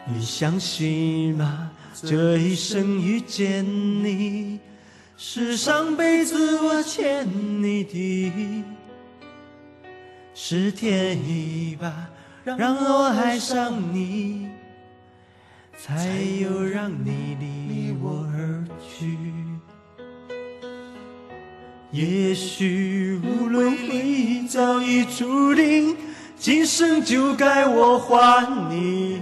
Speaker 5: 你相信吗？这一生遇见你，是上辈子我欠你的。是天意吧，让我爱上你，才有让你离我而去。也许无论你早已注定，今生就该我还你。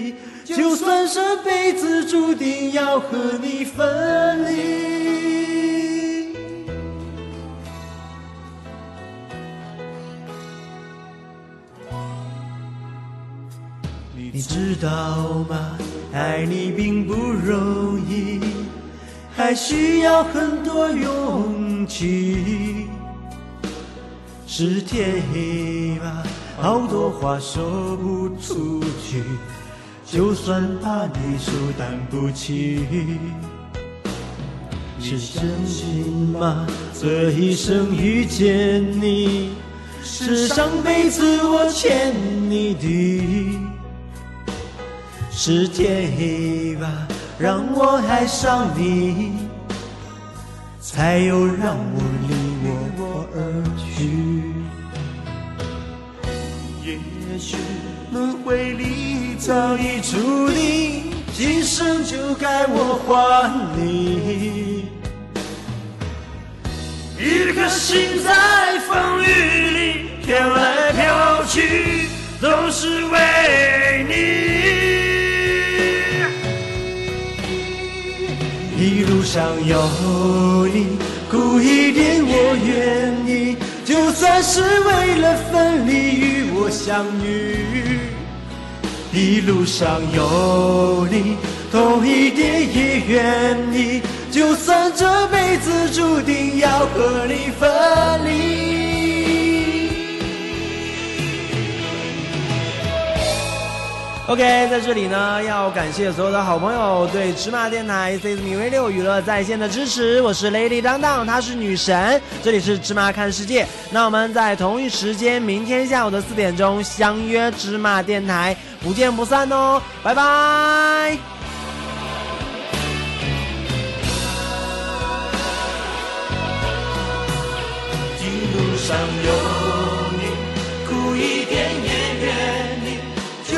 Speaker 5: 就算这辈子注定要和你分离。你知道吗？爱你并不容易，还需要很多勇气。是天意吧，好多话说不出去，就算怕你负担不起。是真心吗？这一生遇见你，是上辈子我欠你的。是天意吧，让我爱上你，才有让我离我而去。也许轮回里早已注定，今生就该我还你。一颗心在风雨里飘来飘去，都是为你。一路上有你，苦一点我愿意，就算是为了分离与我相遇。一路上有你，痛一点也愿意，就算这辈子注定要和你分离。
Speaker 16: OK，在这里呢，要感谢所有的好朋友对芝麻电台 C 米 V 六娱乐在线的支持。我是 Lady 当当，她是女神，这里是芝麻看世界。那我们在同一时间，明天下午的四点钟相约芝麻电台，不见不散哦，拜拜。
Speaker 5: 一路上有你，苦一点也愿意，就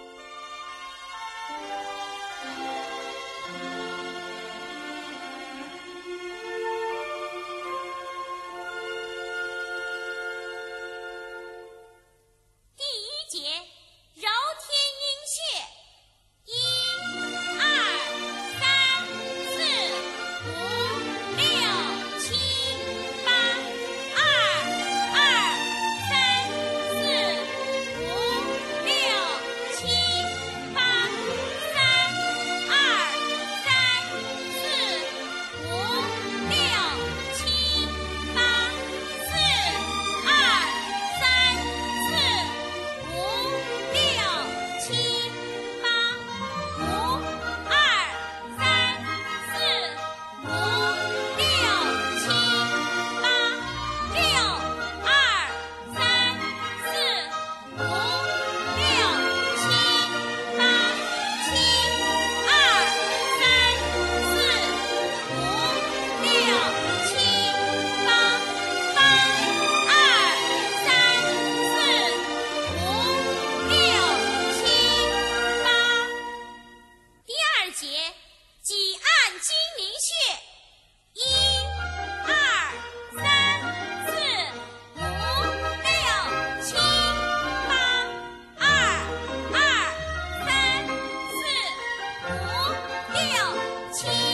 Speaker 14: 第一节揉天阴穴，一、二、三、四、五、六、七、八、二、二、三、四、五、六、七、八、三、二、三、四、五、六、七、八、四、二、三、四、五、六、七、八。五二三四五六七八六二三四五六七八七二三四五六七八八二三四五六七八。第二节，挤按睛明穴，一、二、三、四、五、六、七、八、二、二、三、四、五、六、七。